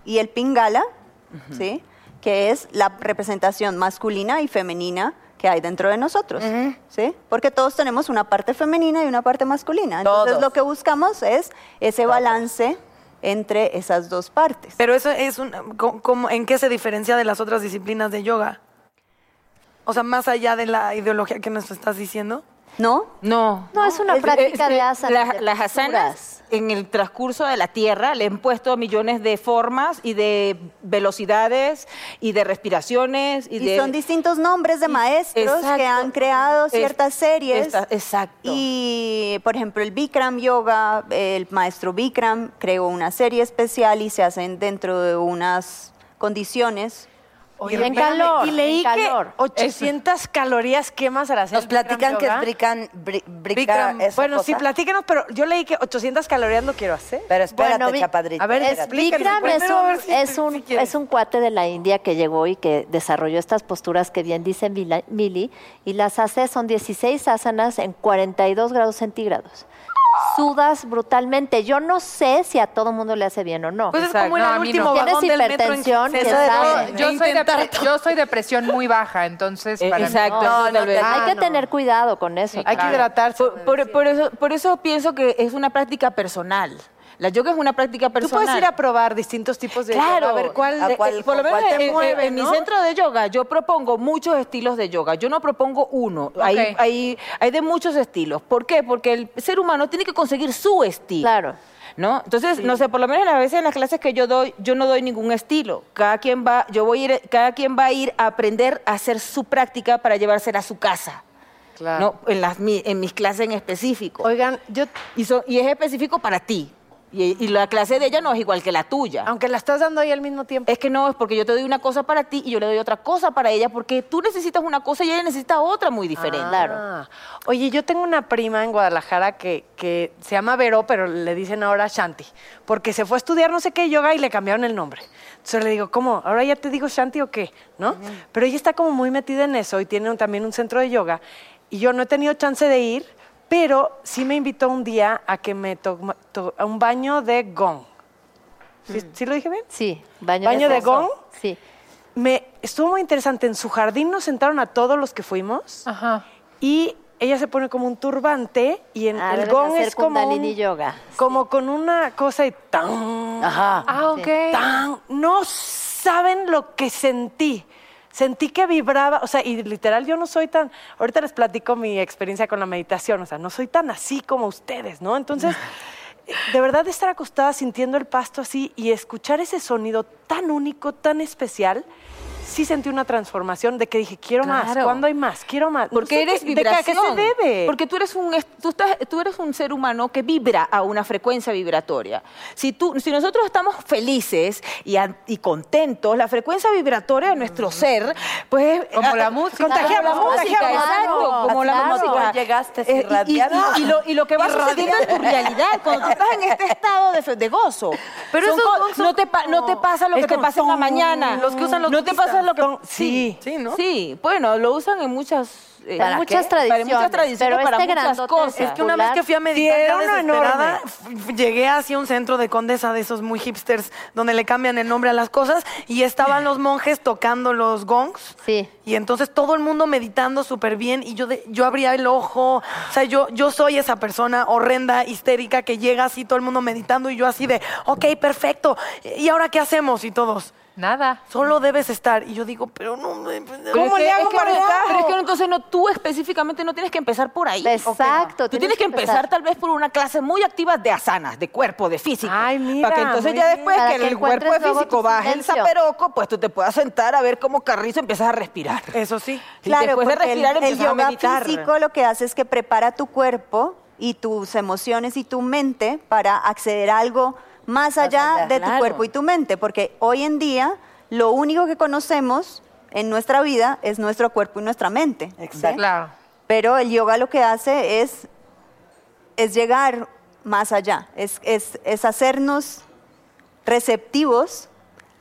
S6: y el pingala, ¿sí? que es la representación masculina y femenina que hay dentro de nosotros, ¿sí? Porque todos tenemos una parte femenina y una parte masculina. Entonces
S12: Todos.
S6: lo que buscamos es ese balance entre esas dos partes.
S2: Pero eso es un. co- como- ¿En qué se diferencia de las otras disciplinas de yoga? O sea, más allá de la ideología que nos estás diciendo.
S6: ¿No?
S7: No.
S5: No, es una práctica de asanas.
S7: Las,
S5: de
S7: las
S5: posturas.
S7: asanas, en el transcurso de la Tierra, le han puesto millones de formas y de velocidades y de respiraciones. Y,
S6: Y,
S7: de,
S6: son distintos nombres de maestros que
S7: Exacto.
S6: han creado
S7: Es-
S6: ciertas series.
S7: esta- exacto.
S6: Y, por ejemplo, el Bikram Yoga, el maestro Bikram creó una serie especial y se hacen dentro de unas condiciones
S5: Oye, en calor,
S2: Y leí
S5: en calor.
S2: que 800 calorías quemas al hacer
S12: Nos platican que es brican,
S2: Bikram.
S12: esa
S2: Bueno, sí,
S12: cosa.
S2: platíquenos, pero yo leí que 800 calorías lo quiero hacer.
S12: Pero espérate,
S5: Bueno, vi-
S12: chapadrita.
S2: A ver,
S5: Es
S2: explíquenos.
S5: Bikram es
S2: primero, a ver
S5: un,
S2: si-
S5: es, un, es un cuate de la India que llegó y que desarrolló estas posturas que bien dice Mila- Mili y las hace, son 16 asanas en 42 grados centígrados. Sudas brutalmente. Yo no sé si a todo mundo le hace bien o no.
S2: Pues es como ir al último
S5: Tienes
S2: vagón del metro en
S5: hipertensión,
S2: Quince.
S5: quién
S2: Eso de
S5: sabe.
S2: todo,
S9: Yo soy, de, yo soy de presión muy baja, entonces
S2: Eh,
S9: para
S7: exacto,
S9: mí
S7: No, no, tal vez.
S5: Hay
S7: Ah,
S5: que
S7: no.
S5: tener cuidado con eso.
S7: Hay que claro.
S2: hidratarse.
S7: Por, por- por eso, por eso pienso que es una práctica personal. La yoga es una práctica
S2: Tú
S7: personal.
S2: puedes ir a probar distintos tipos de
S7: Claro,
S2: a ver cuál,
S7: eh,
S2: de-
S7: eh, por lo menos
S2: cuál te
S7: en, en-
S2: mueve,
S7: en mi
S2: ¿no?
S7: centro de yoga yo propongo muchos estilos de yoga. Yo no propongo uno. Hay, hay, hay de muchos estilos. ¿Por qué? Porque el ser humano tiene que conseguir su estilo.
S5: Claro.
S7: ¿No? Entonces, no sé, por lo menos a veces en las clases que yo doy, yo no doy ningún estilo. Cada quien va, yo voy a ir, cada quien va a ir a aprender a hacer su práctica para llevársela a su casa. ¿no? En, las, mi- en mis clases en específico.
S2: Oigan, yo...
S7: Y, son- y es específico para ti. Y, y la clase de ella no es igual que la tuya.
S2: Aunque la estás dando ahí al mismo tiempo.
S7: Es que no, es porque yo te doy una cosa para ti y yo le doy otra cosa para ella, porque tú necesitas una cosa y ella necesita otra muy diferente.
S2: Ah. Oye, yo tengo una prima en Guadalajara que, que se llama Vero, pero le dicen ahora Shanti, porque se fue a estudiar no sé qué yoga y le cambiaron el nombre. Entonces le digo, ¿cómo? ¿Ahora ya te digo Shanti o qué? ¿No? Pero ella está como muy metida en eso y tiene un- también un centro de yoga. Y yo no he tenido chance de ir, pero sí me invitó un día a que me toma- to- a un baño de gong. ¿Sí, sí lo dije bien?
S5: Sí, baño,
S2: ¿Baño de
S5: sexo.
S2: gong?
S5: Sí.
S2: Me estuvo muy interesante. En su jardín nos sentaron a todos los que fuimos.
S9: Ajá.
S2: Y ella se pone como un turbante y en
S5: Ah,
S2: el
S5: deben
S2: gong
S5: hacer
S2: es como
S5: Kundalini
S2: un-
S5: yoga.
S2: como con una cosa y tan
S12: Ajá.
S9: Ah, ok.
S2: tan no saben lo que sentí. Sentí que vibraba, o sea, y literal yo no soy tan, ahorita les platico mi experiencia con la meditación, o sea, no soy tan así como ustedes, ¿no? Entonces, de verdad estar acostada sintiendo el pasto así y escuchar ese sonido tan único, tan especial, sí sentí una transformación de que dije, quiero más,
S7: Claro.
S2: ¿cuándo hay más? Quiero más. No
S7: Porque
S2: sé
S7: eres
S2: qué- de qué- ¿A qué
S7: vibración.
S2: se debe?
S7: Porque tú eres un es- tú estás- tú eres un ser humano que vibra a una frecuencia vibratoria. Si tú si nosotros estamos felices y, an- y contentos, la frecuencia vibratoria de
S2: Mm.
S7: nuestro ser, pues es-
S9: Como la
S7: ah,
S9: música.
S7: contagiamos,
S9: Como la música, claro.
S7: contagiamos, exacto, como la
S9: Así como
S7: música.
S12: tú llegaste,
S7: Eh, y- y,
S12: irradiada.
S7: y- y lo, y lo que va sucediendo en tu realidad cuando tú estás en este estado de, fe- de gozo.
S2: Pero
S7: Son
S2: esos
S7: co-
S2: gong son
S7: no te pa- no te pasa lo
S2: Es
S7: que te
S2: como
S7: pasa en la
S2: ton,
S7: mañana.
S2: los que usan los
S7: no te pasa
S2: budistas,
S7: lo que
S2: ton.
S7: sí.
S2: Sí, ¿no?
S7: Sí, bueno, lo usan en muchas eh,
S5: Para muchas
S7: para
S5: tradiciones.
S7: muchas tradiciones,
S5: pero
S7: para
S5: este
S7: muchas
S5: grandote
S7: cosas.
S2: Es que
S5: circular-
S2: una vez que fui a meditar
S5: Sí,
S2: ya
S5: era uno
S2: desesperada,
S5: enorme.
S2: f- llegué hacia un centro de condesa de esos muy hipsters donde le cambian el nombre a las cosas y estaban los monjes tocando los gongs.
S5: Sí.
S2: Y entonces todo el mundo meditando súper bien y yo, de- yo abría el ojo. O sea, yo, yo soy esa persona horrenda, histérica, que llega así todo el mundo meditando y yo así de, ok, perfecto. ¿Y ahora qué hacemos? Y todos,
S9: Nada.
S2: solo debes estar. Y yo digo, pero no... me-
S7: Pero
S2: ¿Cómo
S7: es que-
S2: le hago
S7: es que
S2: para
S7: no-
S2: estar?
S7: Pero es que entonces no, tú específicamente no tienes que empezar por ahí.
S5: Exacto.
S7: Tú tienes, que empezar, tal vez por una clase muy activa de asanas, de cuerpo, de físico.
S2: Ay, mira,
S7: Para que entonces
S2: muy
S7: ya
S2: bien.
S7: después
S5: Para
S7: que,
S5: que
S7: el cuerpo
S5: encuentres luego
S7: físico
S5: tu
S7: baje el
S5: silencio.
S7: zaperoco, pues tú te puedas sentar a ver cómo carrizo empiezas a respirar.
S2: Eso sí.
S7: Y después de
S6: porque el-
S7: respirar
S6: el,
S7: empiezas a
S6: yoga
S7: meditar.
S6: físico lo que hace es que prepara tu cuerpo y tus emociones y tu mente para acceder a algo más allá
S7: allá,
S6: de
S7: claro.
S6: tu cuerpo y tu mente, porque hoy en día lo único que conocemos en nuestra vida es nuestro cuerpo y nuestra mente. ¿sí?
S9: Claro.
S6: Pero el yoga lo que hace es, es llegar más allá, es, es- es hacernos receptivos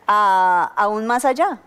S6: a, a un más allá.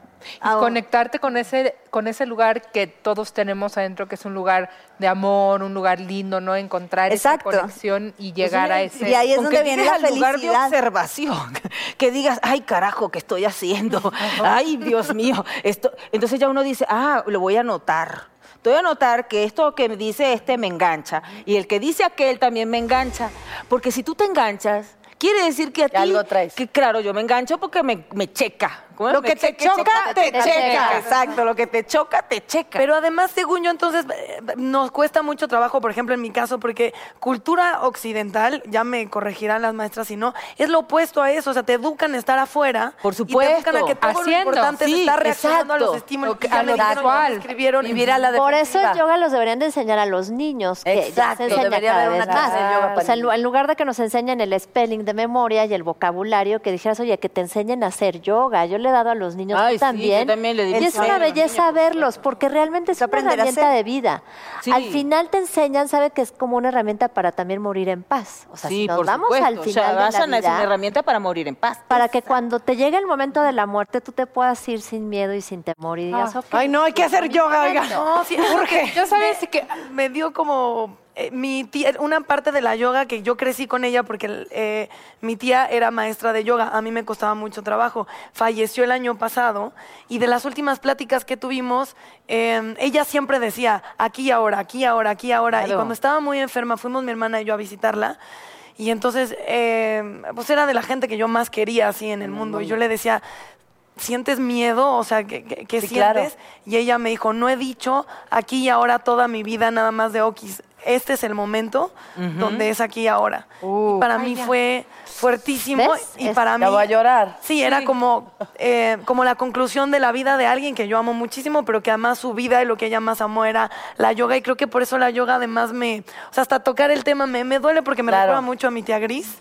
S9: Y
S6: a un-
S9: conectarte con ese, con ese lugar que todos tenemos adentro, que es un lugar de amor, un lugar lindo, ¿no? Encontrar
S6: Exacto.
S9: esa conexión y
S12: Pues
S9: llegar a ese.
S6: y ahí es
S7: Con
S6: donde
S7: que
S6: viene
S7: llegues
S6: la
S7: al lugar de
S6: felicidad.
S7: observación, que digas, ay carajo, ¿qué estoy haciendo? Ay, Dios mío. Esto... Entonces ya uno dice, ah, lo voy a anotar. Te Voy a anotar que esto que me dice este me engancha y el que dice aquel también me engancha. Porque si tú te enganchas, quiere decir que a ti...
S12: algo traes.
S7: Que claro, yo me engancho porque me, me checa. ¿Cómo es?
S2: Lo
S7: Me
S2: que te choca,
S5: te
S7: te, checa.
S5: checa.
S7: Exacto, lo que te choca, te checa.
S2: Pero además, según yo, entonces eh, nos cuesta mucho trabajo, por ejemplo, en mi caso, porque cultura occidental, ya me corregirán las maestras si no, es lo opuesto a eso, o sea, te educan a estar afuera.
S7: Por
S2: Y te
S7: supuesto,
S2: educan a que todo lo
S9: haciendo,
S2: importante es
S7: sí,
S2: estar reaccionando a
S7: exacto.
S2: los estímulos.
S9: Lo
S2: que
S9: que-
S2: ya
S9: a
S2: me
S9: lo
S2: dijeron, ya me
S9: visual.
S2: escribieron.
S12: Vivir a la
S5: Por eso el
S12: defensiva.
S5: yoga los deberían de enseñar a los niños, que ya
S12: Exacto,
S5: se enseña
S12: debería
S5: cada
S12: haber
S5: vez
S12: una clase de yoga
S5: más.
S12: para
S5: O sea, en lu-
S12: niños.
S5: en lugar de que nos enseñen el spelling de memoria y el vocabulario, que dijeras, oye, que te enseñen a hacer yoga. Yo le he dado a los niños, tú
S7: Ay, sí, yo
S5: también.
S7: también le di
S5: y es
S7: mucho a
S5: una
S7: los niños,
S5: belleza
S7: por
S5: verlos, porque realmente es una
S7: aprender a
S5: herramienta
S7: hacer.
S5: de vida.
S7: Sí.
S5: Al final te enseñan, sabe que es como una herramienta para también morir en paz. O sea, si nos vamos al
S7: O sea,
S5: final de la
S7: Asana es una
S5: vida,
S7: herramienta para morir en paz.
S5: para que cuando te llegue el momento de la muerte tú te puedas ir sin miedo y sin temor y digas,
S2: Ah.
S5: "Ok,
S2: Ay, no, hay que hacer yoga, oiga. No, sí, urge.
S9: Yo sabes
S2: que me dio como eh, mi tía, una parte de la yoga que yo crecí con ella porque eh, mi tía era maestra de yoga, a mí me costaba mucho trabajo. Falleció el año pasado y de las últimas pláticas que tuvimos, eh, ella siempre decía, aquí y ahora, aquí y ahora, aquí y ahora. Y
S7: Claro.
S2: cuando estaba muy enferma, fuimos mi hermana y yo a visitarla. Y entonces, eh, pues era de la gente que yo más quería así en el mundo. Y yo le decía, ¿sientes miedo? O sea, ¿qué, qué- qué
S12: Sí, claro.
S2: sientes? Y ella me dijo, no he dicho aquí y ahora toda mi vida nada más de Okis. Este es el momento
S12: Ujú.
S2: donde es aquí y ahora. Y para
S12: Ay,
S2: mí
S12: ya.
S2: fue fuertísimo.
S12: ¿Ves?
S2: Y
S12: Es-
S2: para mí...
S12: Ya voy a llorar.
S2: Sí, era
S12: Sí.
S2: como, eh, como la conclusión de la vida de alguien que yo amo muchísimo, pero que además su vida y lo que ella más amó era la yoga. Y creo que por eso la yoga además me... O sea, hasta tocar el tema me, me duele porque me
S12: Claro.
S2: recuerda mucho a mi tía Gris.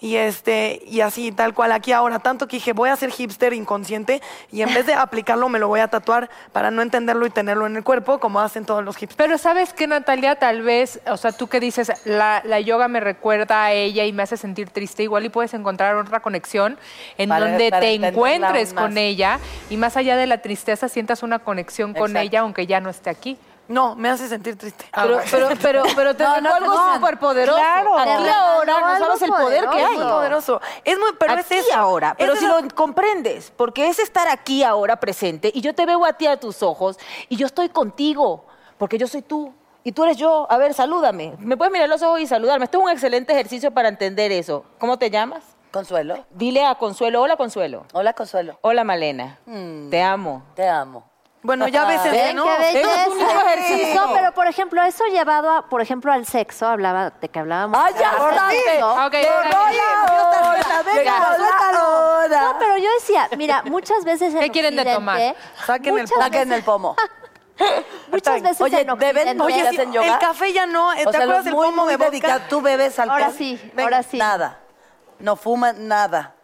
S2: Y este, y así, tal cual, aquí ahora, tanto que dije, voy a ser hipster inconsciente y en vez de aplicarlo me lo voy a tatuar para no entenderlo y tenerlo en el cuerpo, como hacen todos los hipsters.
S9: Pero sabes que Natalia, tal vez, o sea, tú que dices, la, la yoga me recuerda a ella y me hace sentir triste, igual y puedes encontrar otra conexión en
S14: Para-
S9: donde
S14: para
S9: te
S14: entenderla
S9: encuentres
S14: aún más.
S9: con ella y más allá de la tristeza sientas una conexión con
S2: Exacto.
S9: ella aunque ya no esté aquí.
S2: No, me hace sentir triste.
S9: Pero- pero- pero- pero te sacó algo superpoderoso.
S2: Claro.
S9: Aquí Te ahora regaló no
S7: sabes el poder que
S2: Es
S7: hay.
S2: muy poderoso. Es muy, pero
S7: aquí
S2: es eso.
S7: ahora. Pero
S2: Esa
S7: si
S2: es la-
S7: lo comprendes, porque es estar aquí ahora presente y yo te veo a ti a tus ojos y yo estoy contigo, porque yo soy tú. Y tú eres yo. A ver, salúdame. Me puedes mirar los ojos y saludarme. Esto es un excelente ejercicio para entender eso. ¿Cómo te llamas?
S12: Consuelo.
S7: Dile a Consuelo. Hola, Consuelo.
S12: Hola, Consuelo.
S7: Hola, Malena.
S12: Mm.
S7: Te amo.
S12: Te amo.
S2: Hmm. Bueno, ya a veces
S5: ¿Ven
S2: no.
S5: qué belleza?
S2: Es un ejercicio.
S5: No, pero por ejemplo, eso llevado, a, por ejemplo, al sexo, hablaba de que hablábamos.
S12: ¡Ay, ya
S5: Ahora
S12: está!
S5: mismo.
S12: Ok, Te ahora doy sí. la hora, venga,
S5: Llegamos.
S12: suéltalo.
S5: No, pero yo decía, mira, muchas veces en
S9: ¿Qué quieren de
S5: Occidente,
S9: tomar?
S2: Saquen el
S5: muchas
S2: pomo.
S5: veces-
S12: Saquen el pomo.
S5: Muchas veces
S12: Oye,
S5: en
S12: ¿beben?
S5: Occidente-
S12: Oye,
S5: Oye,
S12: sí,
S5: sí,
S12: yoga?
S2: El café ya no. ¿Te
S12: O sea,
S2: acuerdas
S12: los
S2: del
S12: muy,
S2: pomo
S12: muy
S2: de vodka?
S12: dedicados. Tú bebes alcohol.
S5: Ahora sí, ahora sí.
S12: Nada. No fuman nada.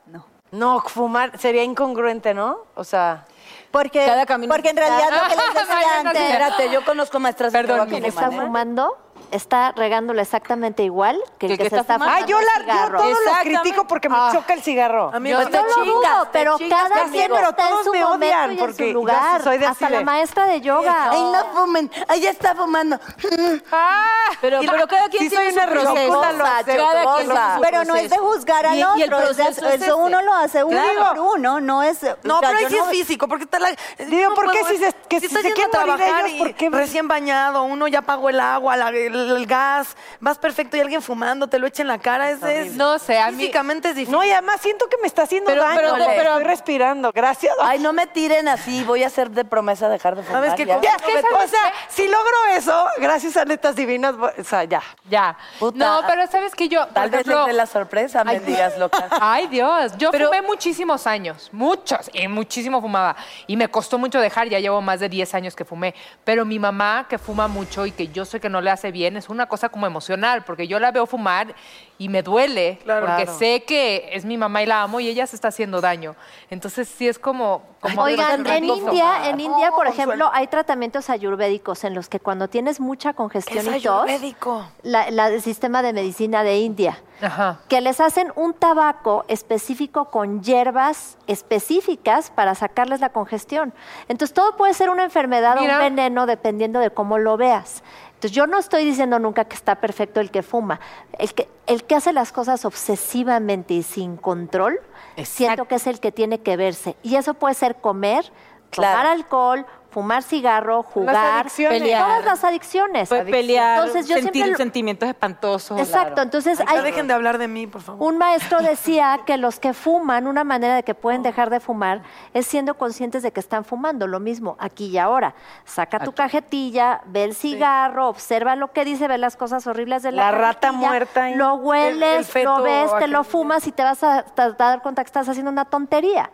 S13: No, fumar sería incongruente, ¿no? O sea,
S6: Porque, porque en realidad
S9: Ah,
S6: lo
S7: Ah,
S6: que les decía
S9: Mariana,
S6: antes...
S9: sí.
S12: Espérate, yo conozco maestras de yoga que
S5: quien está
S12: fuman, ¿eh?
S5: fumando está regándola exactamente igual que el que, se está fumando
S13: Ah, yo,
S5: el
S13: la, yo
S5: cigarro.
S13: todos los critico porque
S7: Ah.
S13: me choca el cigarro.
S2: A mí
S5: Yo
S2: me
S5: no lo dudo, pero cada quien
S13: pero
S5: está en
S13: todos
S5: su
S13: me
S5: momento
S13: odian
S5: y en
S13: porque
S5: su
S13: yo sí
S5: lugar.
S13: soy de
S5: Hasta la
S13: decirle,
S5: maestra de yoga.
S12: Ay, no fumen. Ahí está fumando.
S7: Pero,
S13: Ah. Y la-
S7: pero cada quien
S13: sí
S7: tiene
S13: soy una
S7: su proceso.
S13: rocosa, lo
S7: Cada
S13: acepto,
S7: quien
S13: o sea,
S7: tiene su
S6: Pero no es de
S7: proceso.
S6: juzgar al
S7: Y-
S6: otro.
S7: y el
S6: es de-
S7: proceso es
S6: eso uno
S7: ese.
S6: lo hace uno
S7: Claro.
S6: por uno, no es...
S2: No,
S6: o sea,
S2: pero ahí
S6: yo
S2: sí
S6: no-
S2: es físico, porque está la...
S6: eh,
S13: Digo, ¿por qué si se- que si
S2: estás
S13: se
S2: yendo
S13: quieren
S2: a
S13: morir
S2: trabajar
S13: ellos, ¿por qué?
S2: y Recién bañado, uno ya pagó el agua, la- el, el gas, vas perfecto y alguien fumando, te lo echa en la cara, es... es-
S9: No sé, a mí-
S2: Físicamente es difícil.
S13: No, y además siento que me está haciendo
S9: Pero-
S13: daño.
S9: pero-
S13: le
S9: pero-
S13: estoy respirando, gracias.
S12: Ay, no me tiren así. Voy a hacer de promesa dejar de fumar.
S2: ¿Sabes qué?
S12: ya.
S13: Ya,
S9: ¿Qué sabes
S13: o sea,
S9: qué?
S13: si logro eso, gracias a netas divinas, o sea, ya.
S9: Ya.
S12: Puta.
S9: no, pero sabes que yo, por
S12: Tal vez les
S9: ejemplo,
S12: dé la sorpresa,
S9: Ay.
S12: mendigas locas.
S9: Ay, Dios. Yo fumé muchísimos años, muchos, y muchísimo fumaba. Y me costó mucho dejar, ya llevo más de 10 años que fumé. Pero mi mamá, que fuma mucho y que yo sé que no le hace bien, es una cosa como emocional, porque yo la veo fumar y me duele,
S13: Claro.
S9: porque
S13: Claro.
S9: sé que es mi mamá y la amo y ella se está haciendo daño. Entonces sí es como... como
S5: Oigan, en
S9: alternativo.
S5: India,
S7: Oh,
S5: en India, por ejemplo, hay tratamientos ayurvédicos en los que cuando tienes mucha congestión y tos,
S2: ayurvédico.
S5: la- la- el sistema de medicina de India,
S9: Ajá.
S5: que les hacen un tabaco específico con hierbas específicas para sacarles la congestión. Entonces todo puede ser una enfermedad
S9: Mira.
S5: o un veneno dependiendo de cómo lo veas. Entonces yo no estoy diciendo nunca que está perfecto el que fuma, el que el que hace las cosas obsesivamente y sin control, siento que es el que tiene que verse y eso puede ser comer, tomar
S12: Claro.
S5: alcohol, fumar cigarro, jugar,
S13: adicciones.
S7: Pelear.
S5: todas las adicciones.
S7: Fue pelear,
S5: Entonces yo
S7: sentir
S5: siempre lo-
S7: sentimientos espantosos.
S5: Exacto, entonces
S2: Ay, ya
S5: hay
S2: dejen de hablar de mí, por favor.
S5: un maestro decía que los que fuman, una manera de que pueden dejar de fumar es siendo conscientes de que están fumando, lo mismo aquí y ahora. Saca tu cajetilla, ve el cigarro, observa lo que dice, ve las cosas horribles de
S13: La
S5: la
S13: rata
S5: cajetilla,
S13: muerta y
S5: Lo
S13: el- el
S5: hueles,
S13: feto
S5: lo ves, te
S13: aquel.
S5: lo fumas y te vas a, te vas a dar cuenta que estás haciendo una tontería.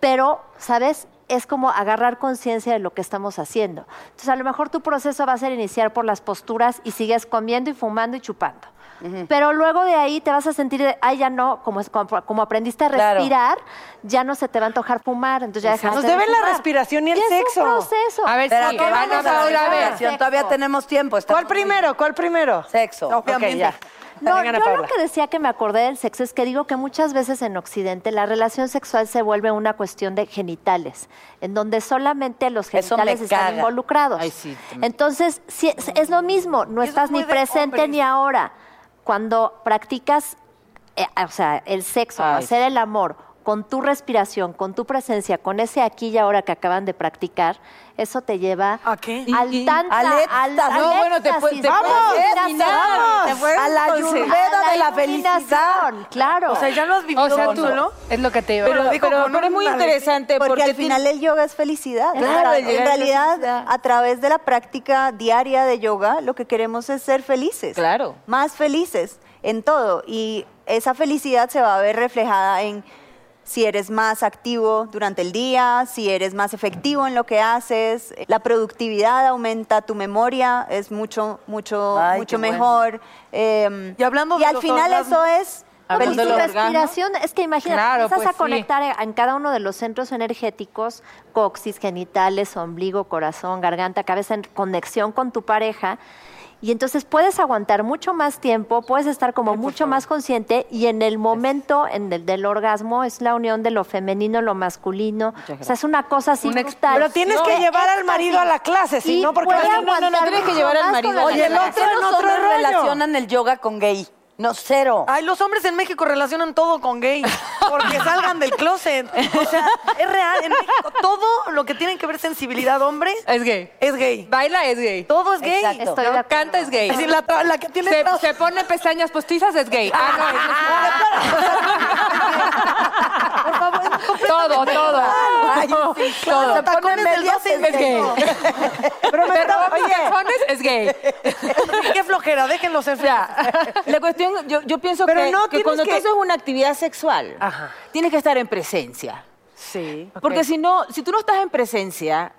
S5: Pero, ¿sabes? es como agarrar conciencia de lo que estamos haciendo. Entonces, a lo mejor tu proceso va a ser iniciar por las posturas y sigues comiendo y fumando y chupando. Pero luego de ahí te vas a sentir, de, ay, ya no, como, es- como, como aprendiste a
S13: Claro.
S5: respirar, ya no se te va a antojar fumar, entonces ya dejaste
S13: Nos
S5: de
S13: deben la
S5: fumar.
S13: respiración y el
S5: Y es un
S13: sexo.
S5: proceso. A ver,
S12: Pero
S5: sí,
S12: ¿cómo
S5: Ana
S12: vamos a la
S5: Paula, a ver.
S12: respiración? Todavía
S5: Sexo.
S12: tenemos tiempo.
S13: ¿Cuál primero? ¿Cuál primero?
S12: Sexo.
S5: Obviamente. No, yo lo que decía que me acordé del sexo es que digo que muchas veces en Occidente la relación sexual se vuelve una cuestión de genitales, en donde solamente los
S12: Eso me
S5: genitales están
S12: caga.
S5: involucrados.
S12: Ay, sí, te-
S5: Entonces, sí, es, es lo mismo, no estás ni presente ni ahora. Cuando practicas, eh, o sea, el sexo,
S12: Ay,
S5: hacer el amor con tu respiración, con tu presencia, con ese aquí y ahora que acaban de practicar, eso te lleva ¿A qué? al tantra,
S12: Al
S5: al,
S12: éxtasis. No, bueno, te puede- te
S5: vamos,
S12: puede
S5: vamos,
S12: fascinar. Te puede
S5: a la
S12: concentrar.
S5: ayurveda de la
S12: Iluminación,
S5: felicidad, claro.
S12: O sea, ya lo has vivido,
S9: O sea, tú,
S12: ¿no?
S9: Es lo que te iba a
S12: Pero
S9: decir.
S12: digo, con
S9: pero es muy
S6: una-
S7: Este,
S9: interesante
S6: porque,
S9: porque
S6: al final
S9: tiene-
S6: el yoga es felicidad.
S9: Claro,
S6: O sea,
S9: el yoga
S6: en
S9: es
S6: realidad, a través de la práctica diaria de yoga, lo que queremos es ser felices.
S7: Claro.
S6: Más felices en todo. Y esa felicidad se va a ver reflejada en si eres más activo durante el día, si eres más efectivo en lo que haces, la productividad aumenta, tu memoria es mucho, mucho,
S12: Ay,
S6: mucho
S12: qué bueno.
S6: mejor. eh, y
S12: hablando de
S6: al
S12: los
S6: final
S12: orgasmos.
S6: eso es
S5: Hablando de
S6: felicidad.
S5: los respiración, es que imagínate,
S6: Claro,
S5: empiezas
S6: pues
S5: a
S6: sí.
S5: conectar en- en cada uno de los centros energéticos, coxis, genitales, ombligo, corazón, garganta, cabeza, en conexión con tu pareja. Y entonces puedes aguantar mucho más tiempo, puedes estar como mucho más consciente y en el momento en el, del orgasmo es la unión de lo femenino, lo masculino. O sea, es una cosa así brutal.
S13: Pero tienes que
S5: De
S13: llevar al marido a la clase, si
S5: Y
S13: no, porque
S5: puede
S13: vas a-
S5: aguantar mucho más con la
S12: Oye, el
S5: relación.
S12: otro en otro relacionan el yoga con gay. No, cero.
S2: Ay, los hombres en México relacionan todo con gay. Porque salgan del closet. O sea, es real. En México todo lo que tiene que ver sensibilidad hombre
S9: Es gay.
S2: es gay.
S9: Baila es gay.
S2: Todo es gay.
S9: Exacto. Estoy de acuerdo.
S2: Canta
S9: es gay.
S2: Es decir, la, tra- la que tiene...
S9: Se,
S2: tra-
S9: se pone pestañas postizas es gay. Ah, no, eso es- todo, todo.
S12: Ay, sí, claro,
S9: todo.
S12: se pone
S9: Tacones
S12: medias
S9: del doce
S12: es
S9: es gay.
S13: Pero me
S9: Pero
S13: está-
S9: vamos, calzones es gay.
S2: Qué flojera, déjenlo ser
S7: La cuestión, yo, yo pienso
S13: Pero
S7: que,
S13: no
S7: que
S13: tienes
S7: cuando tú
S13: que-
S7: haces una actividad sexual, tienes que estar en presencia.
S2: Sí.
S7: Porque si no, si tú no estás en presencia,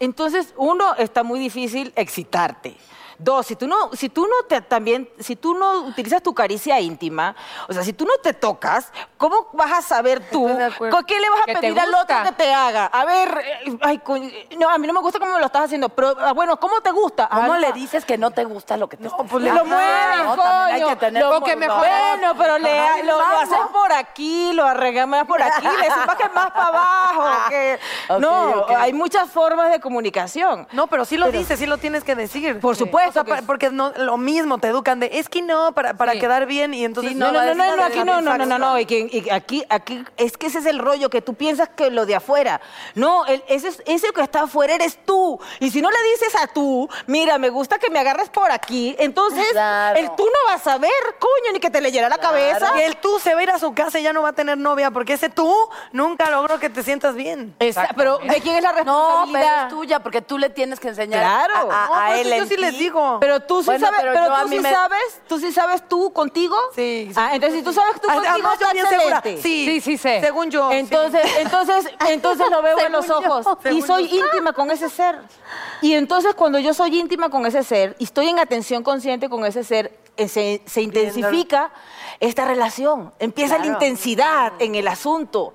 S7: entonces uno está muy difícil excitarte. Dos, si tú no, si tú no te también, si tú no utilizas tu caricia íntima, o sea, si tú no te tocas, ¿cómo vas a saber tú
S2: Estoy de acuerdo.
S7: con qué le vas a
S9: Que te
S7: pedir al otro
S9: gusta.
S7: que te haga? A ver, eh, ay, coño, no, a mí no me gusta cómo me lo estás haciendo, pero ah, bueno, ¿cómo te gusta? Ah,
S12: ¿Cómo
S7: no,
S12: le dices que no te gusta lo que te está
S7: pues lo mueves,
S12: No, también hay
S7: coño.
S12: que tener
S7: lo que mejor. Bueno, pero le,
S12: Ay,
S7: lo, lo
S12: vamos.
S7: haces por aquí, lo arregamas por aquí, le sepas que más para abajo. que-
S12: Ok,
S7: no,
S12: ok.
S7: hay muchas formas de comunicación.
S2: No, pero sí lo dices, sí lo tienes que decir.
S7: Por supuesto
S2: O sea,
S7: que
S2: pa-
S7: es-
S2: porque no, lo mismo te educan de, es que no, para, para
S9: Sí.
S2: quedar bien y entonces...
S7: Sí, no, no,
S2: va a
S7: no,
S2: decir
S7: no, no,
S2: nada.
S7: aquí no, no, no, no, no, y que- y aquí, aquí, es que ese es el rollo que tú piensas que lo de afuera. No, el- ese, es- ese que está afuera eres tú. Y si no le dices a tú, mira, me gusta que me agarres por aquí, entonces
S12: Claro.
S7: el tú no vas a saber, coño, ni que te leyera la cabeza.
S2: Y el tú se va a ir a su casa y ya no va a tener novia porque ese tú nunca logró que te sientas bien.
S7: Esa- pero ¿de quién es la
S12: No, pero
S7: responsabilidad?
S12: es tuya, porque tú le tienes que enseñar
S7: Claro.
S12: a, a-
S2: No,
S12: a
S2: pero
S12: él.
S2: sí, yo
S12: en
S2: sí les
S12: ti.
S2: digo.
S7: Pero tú sí
S12: Bueno,
S7: sabes,
S12: pero
S7: pero,
S12: yo a
S7: tú
S12: mí
S7: sí
S12: me-
S7: sabes, tú sí sabes tú contigo.
S2: Sí, sí.
S7: Ah, entonces si tú sabes tú
S2: Ah,
S7: contigo
S2: además, yo
S7: está
S2: bien segura.
S7: excelente.
S2: Sí,
S9: Sí, sí sé.
S2: Según yo. sí.
S7: Entonces, entonces, entonces lo veo en los
S2: Según yo.
S7: ojos y soy íntima con ese ser. Y entonces cuando yo soy íntima con ese ser y estoy en atención consciente con ese ser, eh, se, se intensifica esta relación. Empieza la intensidad en el asunto.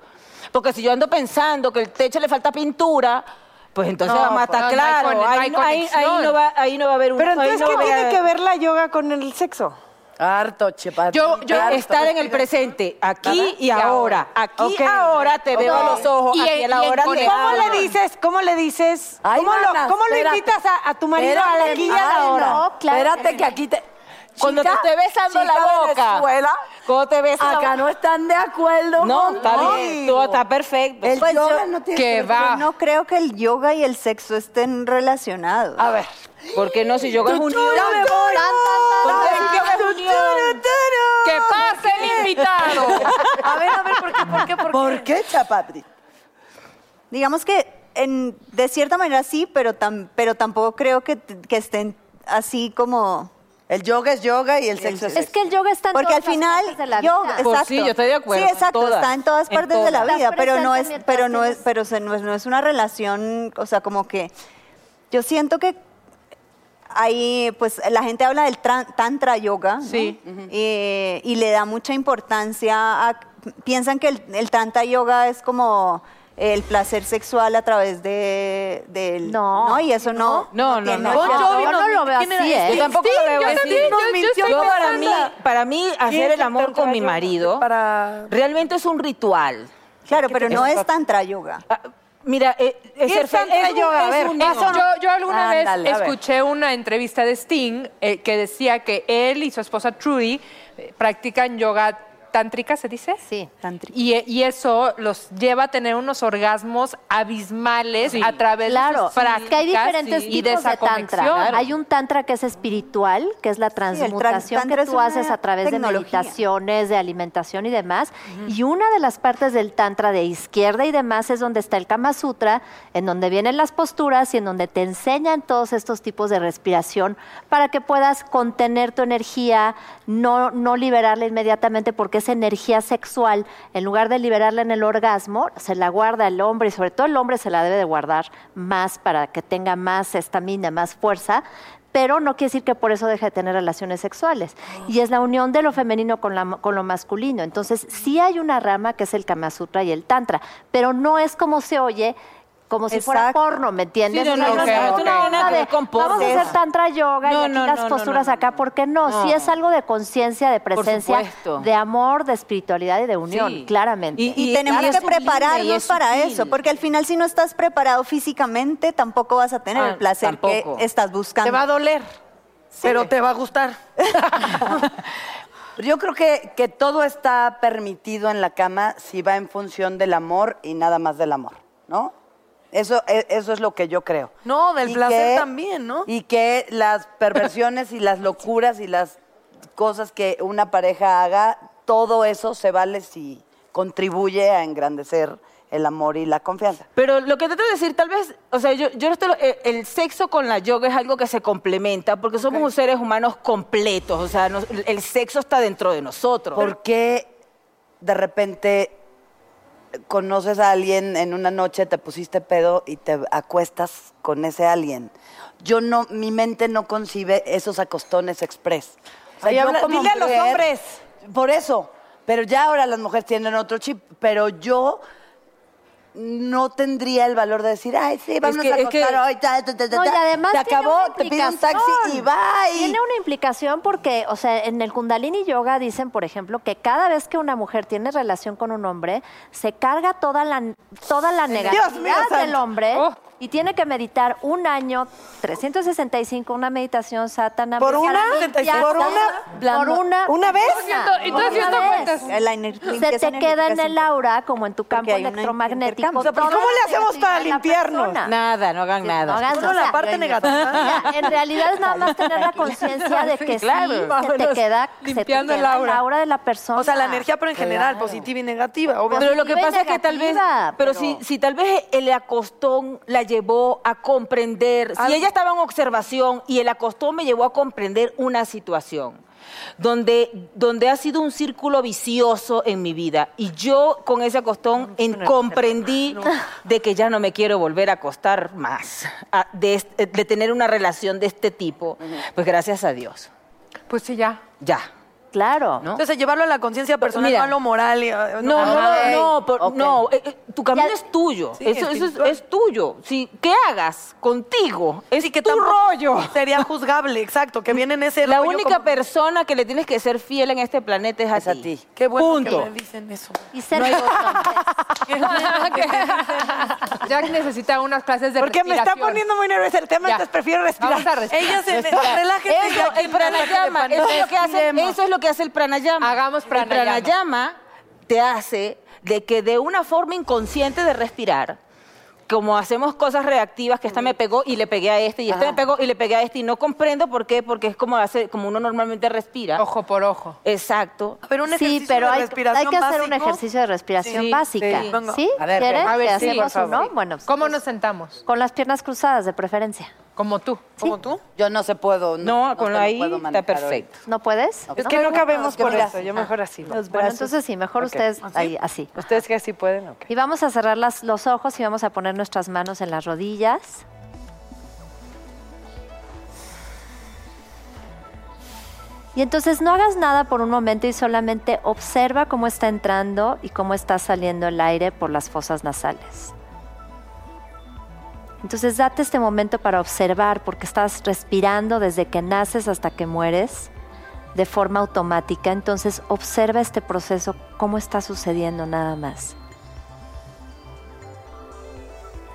S7: Porque si yo ando pensando que el techo le falta pintura, pues entonces
S9: No,
S7: vamos a
S9: pues,
S7: estar
S9: no hay
S7: claro.
S9: conex- no hay
S7: ahí, no- ahí-
S9: conexión.
S7: ahí no va, ahí no va a haber un
S13: Pero
S7: ahí
S13: entonces,
S7: no
S13: ¿qué
S7: va a
S13: tiene
S7: haber-
S13: que ver la yoga con el sexo?
S12: Harto, chepa.
S9: Yo- yo-
S12: harto.
S7: estar en el presente, aquí y ahora. Aquí
S13: Ok.
S7: ahora te veo a los ojos,
S9: Y
S7: aquí
S9: en-
S7: a la
S9: y en
S7: hora
S9: conexión.
S13: ¿Cómo
S7: hablo.
S13: le dices? ¿Cómo le dices?
S12: Ay,
S13: ¿Cómo,
S12: mana,
S13: lo, cómo lo
S12: espérate.
S13: invitas a, a tu marido a la
S12: Espérate,
S13: aquí y a
S12: ay,
S13: la hora?
S12: no,
S5: claro
S12: Espérate
S5: que
S12: que
S5: no.
S12: aquí te...
S7: Cuando te
S12: Chica-
S7: esté besando
S12: chica
S7: la boca.
S12: Venezuela,
S7: Cuando te besa la
S12: Acá
S7: boca.
S12: no están de acuerdo
S7: No, está
S12: contigo.
S7: bien, todo está perfecto.
S6: El
S12: Pues
S6: yoga
S12: yo-
S6: no tiene
S9: que
S6: ver-
S9: va.
S6: Yo no creo que el yoga y el sexo estén relacionados.
S12: A ver.
S7: ¿Por qué no si yoga es unión?
S12: Ya me voy.
S7: Porque el yoga es unión.
S9: ¡Que pase el invitado!
S2: A ver, a ver, ¿por qué, por qué, por qué?
S6: ¿Por qué, Chapatri? Digamos que en, de cierta manera sí, pero, tam- pero tampoco creo que, que estén así como
S12: El yoga es yoga y el sexo es
S6: Es que el yoga está en
S5: Porque
S6: todas
S5: al final,
S6: las partes de la
S5: yo-
S6: vida.
S12: Pues sí, yo estoy de acuerdo,
S6: Sí,
S12: en
S6: exacto,
S12: todas,
S6: está en todas
S12: en
S6: partes de la
S12: todas.
S6: vida,
S12: Estás
S6: pero no es
S12: presente
S6: pero no es pero se- no es, no es una relación, o sea, como que yo siento que ahí pues la gente habla del tran- tantra yoga ¿no? Eh, y le da mucha importancia a piensan que el, el tantra yoga es como el placer sexual a través de del no, y eso no
S7: No, no,
S6: tiene-
S7: no. Bon Jovi
S6: yo no
S7: nos
S6: lo veo
S7: mintió.
S6: así ¿eh?
S7: este? Yo tampoco lo veo así. Yo para mí, para mí hacer el amor con mi marido realmente es un ritual.
S6: Claro, pero no es tantra yoga.
S7: Mira, eh, es ser fe- es un- es un-
S9: Eso no. yo, yo alguna
S7: Ándale, a
S9: vez
S7: ver.
S9: escuché una entrevista de Sting eh, que decía que él y su esposa Trudy eh, practican yoga tántrica, ¿se dice?
S5: Sí,
S9: tántrica. Y, eh, y eso los lleva a tener unos orgasmos abismales a través de
S5: Claro,
S9: sus prácticas
S5: es que hay diferentes
S9: y de
S5: tipos
S9: esa
S5: de tantra.
S9: conexión.
S5: Hay un tantra que es espiritual, que es la transmutación
S6: tantra
S5: que
S6: es
S5: tú
S6: una
S5: haces a través de
S6: tecnología.
S5: meditaciones, de alimentación y demás. Y una de las partes del tantra de izquierda y demás es donde está el Kama Sutra, en donde vienen las posturas y en donde te enseñan todos estos tipos de respiración para que puedas contener tu energía, no, no liberarla inmediatamente porque esa energía sexual, en lugar de liberarla en el orgasmo, se la guarda el hombre y sobre todo el hombre se la debe de guardar más para que tenga más estamina, más fuerza, pero no quiere decir que por eso deje de tener relaciones sexuales.
S6: Ah.
S5: Y es la unión de lo femenino con, la- con lo masculino. Entonces, sí hay una rama que es el Kama Sutra y el Tantra, pero no es como se oye. Como si fuera
S6: Exacto.
S5: porno, ¿me entiendes?
S6: Sí, no,
S5: O sea,
S6: no, no, no,
S5: es
S6: no,
S5: una
S6: no,
S5: onda
S6: no,
S5: de,
S6: con porno.
S5: Vamos a hacer tantra yoga
S6: No,
S5: y aquí
S6: no,
S5: las
S6: no, no,
S5: posturas
S6: no,
S5: acá, ¿por qué no?
S7: No.
S5: Sí es algo de conciencia, de
S7: Por
S5: presencia,
S7: supuesto.
S5: de amor, de espiritualidad y de unión,
S7: Sí.
S5: claramente.
S7: Y-
S6: Y, tenemos
S5: claro,
S6: que
S5: es sublime y
S6: prepararnos
S5: es
S6: para
S5: sutil.
S6: eso, porque al final si no estás preparado físicamente, tampoco vas a tener
S5: Ah,
S6: el placer
S7: tampoco.
S6: que estás buscando. Te va a
S12: doler, pero te va a gustar. Yo creo que, que todo está permitido en la cama si va en función del amor y nada más del amor, ¿no? Eso, e- eso es lo que yo creo.
S2: No, del
S12: Y
S2: placer
S12: que-
S2: también, ¿no?
S12: Y que las perversiones y las locuras y las cosas que una pareja haga, todo eso se vale si contribuye a engrandecer el amor y la confianza.
S7: Pero lo que trato de decir, tal vez, o sea, yo, yo no estoy- eh, el sexo con la yoga es algo que se complementa porque somos unos seres humanos completos, o sea, nos- el sexo está dentro de nosotros.
S12: ¿Por qué de repente conoces a alguien en una noche, te pusiste pedo y te acuestas con ese alguien? Yo no, mi mente no concibe esos acostones express. O sea,
S2: Ay,
S12: yo
S2: habla-
S12: como
S2: dile a los
S12: mujer-
S2: hombres.
S12: Por eso. Pero ya ahora las mujeres tienen otro chip. Pero yo no tendría el valor de decir, ay, sí, vamos
S5: que-
S12: a
S5: es que-
S12: acostar hoy. ta, ta, ta, ta,
S5: No, y
S12: ta".
S5: además
S12: Se
S5: tiene
S12: acabó,
S5: una
S12: te pide un taxi
S5: implicación.
S12: y va. Y...
S5: Tiene una implicación porque, o sea, en el Kundalini Yoga dicen, por ejemplo, que cada vez que una mujer tiene relación con un hombre, se carga toda la, toda la
S6: Dios
S5: negatividad
S6: mío,
S5: del
S6: santo.
S5: hombre y tiene que meditar un año, 365, una meditación satana.
S6: ¿Por una? ¿Por una?
S5: ¿Por una?
S6: ¿Una vez?
S5: Una.
S6: ¿Y tú haciendo
S5: Una vez.
S6: cuentas? La ener-
S5: Se
S6: limpieza
S5: te queda en
S6: energética
S5: el aura, como en tu campo
S6: hay un
S5: electromagnético.
S6: intercambio. O sea, pero
S5: toda
S6: ¿cómo
S5: la
S6: le hacemos
S5: negatividad
S6: para
S5: de la
S6: limpiarnos?
S5: persona.
S7: Nada, no hagan nada.
S5: No hagas, o sea, mira, en realidad es nada más tener la conciencia de que sí,
S2: Claro.
S5: se te
S2: Vámonos
S5: queda, se te
S2: limpiando el
S5: queda
S2: aura.
S5: de la persona. Pues
S2: O sea, la energía, pero en general,
S5: Claro.
S2: positiva y negativa, obviamente.
S7: Pero lo que pasa es que tal vez, pero, Si, si tal vez el acostón la llevó a comprender, si
S2: Algo.
S7: ella estaba en observación y el acostón me llevó a comprender una situación donde, donde ha sido un círculo vicioso en mi vida y yo con ese acostón en- comprendí de que ya no me quiero volver a acostar más, a- de, est- de tener una relación de este tipo, pues gracias a Dios,
S9: Pues sí, ya.
S7: ya.
S5: Claro.
S2: Entonces, llevarlo a la conciencia personal,
S7: Mira.
S2: no a lo moral. y, eh,
S7: No, no,
S2: Ay.
S7: no, no, por- no, eh, eh, tu camino
S2: Ya-
S7: es tuyo.
S2: Sí,
S7: eso eso es,
S2: espiritual.
S7: es tuyo. Si, ¿Qué hagas contigo? Es
S2: que
S7: tu
S2: tampoco
S7: rollo.
S2: Sería juzgable, exacto, que viene en ese
S7: La
S2: rollo
S7: única
S2: como-
S7: persona que le tienes que ser fiel en este planeta es a ti.
S2: Qué bueno
S7: Punto.
S2: que me dicen eso.
S5: Y
S2: No hay otra.
S9: Jack necesita unas clases de
S2: Porque me está
S9: respiración.
S2: poniendo muy nerviosa el tema,
S9: Ya.
S2: entonces prefiero respirar.
S9: Vamos a respirar.
S2: Ella se
S9: Respirar.
S2: relájese.
S7: Eso,
S2: Jackie,
S7: el pranayama,
S2: relájate,
S7: eso es, lo que hace,
S2: Respiremos.
S7: eso es lo que hace el pranayama. Hagamos
S9: pranayama.
S7: El pranayama te hace de que de una forma inconsciente de respirar, como hacemos cosas reactivas, que esta me pegó y le pegué a este, y esta
S9: Ajá.
S7: me pegó y le pegué a este, y no comprendo por qué, porque es como, hace, como uno normalmente respira.
S9: Ojo por ojo.
S7: Exacto.
S2: Pero un
S5: Sí,
S2: ejercicio
S5: pero
S2: de
S5: hay,
S2: respiración
S5: hay que hacer un
S2: básico.
S5: ejercicio de respiración
S2: Sí,
S5: básica.
S2: sí.
S5: ¿Sí?
S2: Venga.
S5: ¿Quieres?
S9: A ver,
S5: ¿Que
S9: sí,
S5: hacemos
S9: por favor.
S5: uno? Bueno, pues,
S9: ¿Cómo nos sentamos?
S5: con las piernas cruzadas de preferencia.
S9: Como tú.
S12: ¿Como tú? Yo no se puedo. No,
S9: con
S12: se lo
S9: ahí
S12: puedo
S9: está
S12: manejar hoy.
S9: perfecto.
S5: ¿No puedes?
S12: Es que no cabemos por
S5: eso,
S12: eso, yo mejor así. Los
S5: Bueno,
S12: brazos.
S5: entonces sí, mejor
S12: Ok.
S5: ustedes
S12: ¿Así?
S5: ahí, así.
S13: Ustedes que así pueden, ok.
S5: Y vamos a cerrar las- los ojos y vamos a poner nuestras manos en las rodillas. Y entonces no hagas nada por un momento y solamente observa cómo está entrando y cómo está saliendo el aire por las fosas nasales. Entonces date este momento para observar porque estás respirando desde que naces hasta que mueres de forma automática. Entonces observa este proceso, cómo está sucediendo nada más.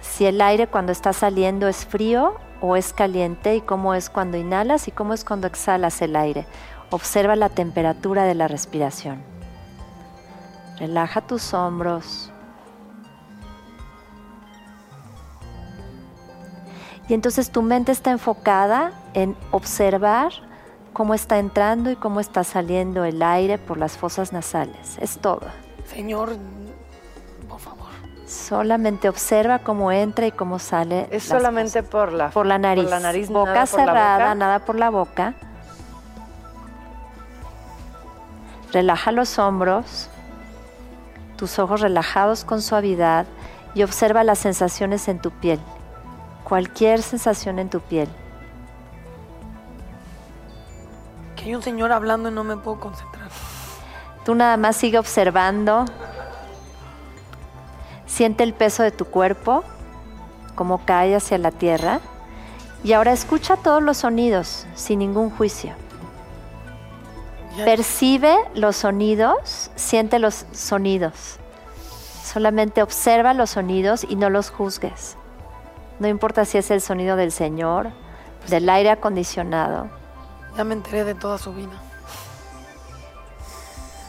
S5: Si el aire cuando está saliendo es frío o es caliente y cómo es cuando inhalas y cómo es cuando exhalas el aire. Observa la temperatura de la respiración. Relaja tus hombros. Y entonces tu mente está enfocada en observar cómo está entrando y cómo está saliendo el aire por las fosas nasales. Es todo.
S2: Señor, por favor.
S5: Solamente observa cómo entra y cómo sale.
S13: Es
S5: las
S13: solamente por la
S5: por la nariz.
S13: la nariz,
S5: boca
S13: nada por la
S5: cerrada,
S13: boca.
S5: nada por la boca. Relaja los hombros, tus ojos relajados con suavidad y observa las sensaciones en tu piel. Cualquier sensación en tu piel.
S2: Que hay un señor hablando y no me puedo concentrar.
S5: Tú nada más sigue observando. Siente el peso de tu cuerpo, como cae hacia la tierra. Y ahora escucha todos los sonidos sin ningún juicio. Percibe los sonidos, siente los sonidos. Solamente observa los sonidos y no los juzgues. No importa si es el sonido del Señor, del aire acondicionado.
S2: Ya me enteré de toda su vida.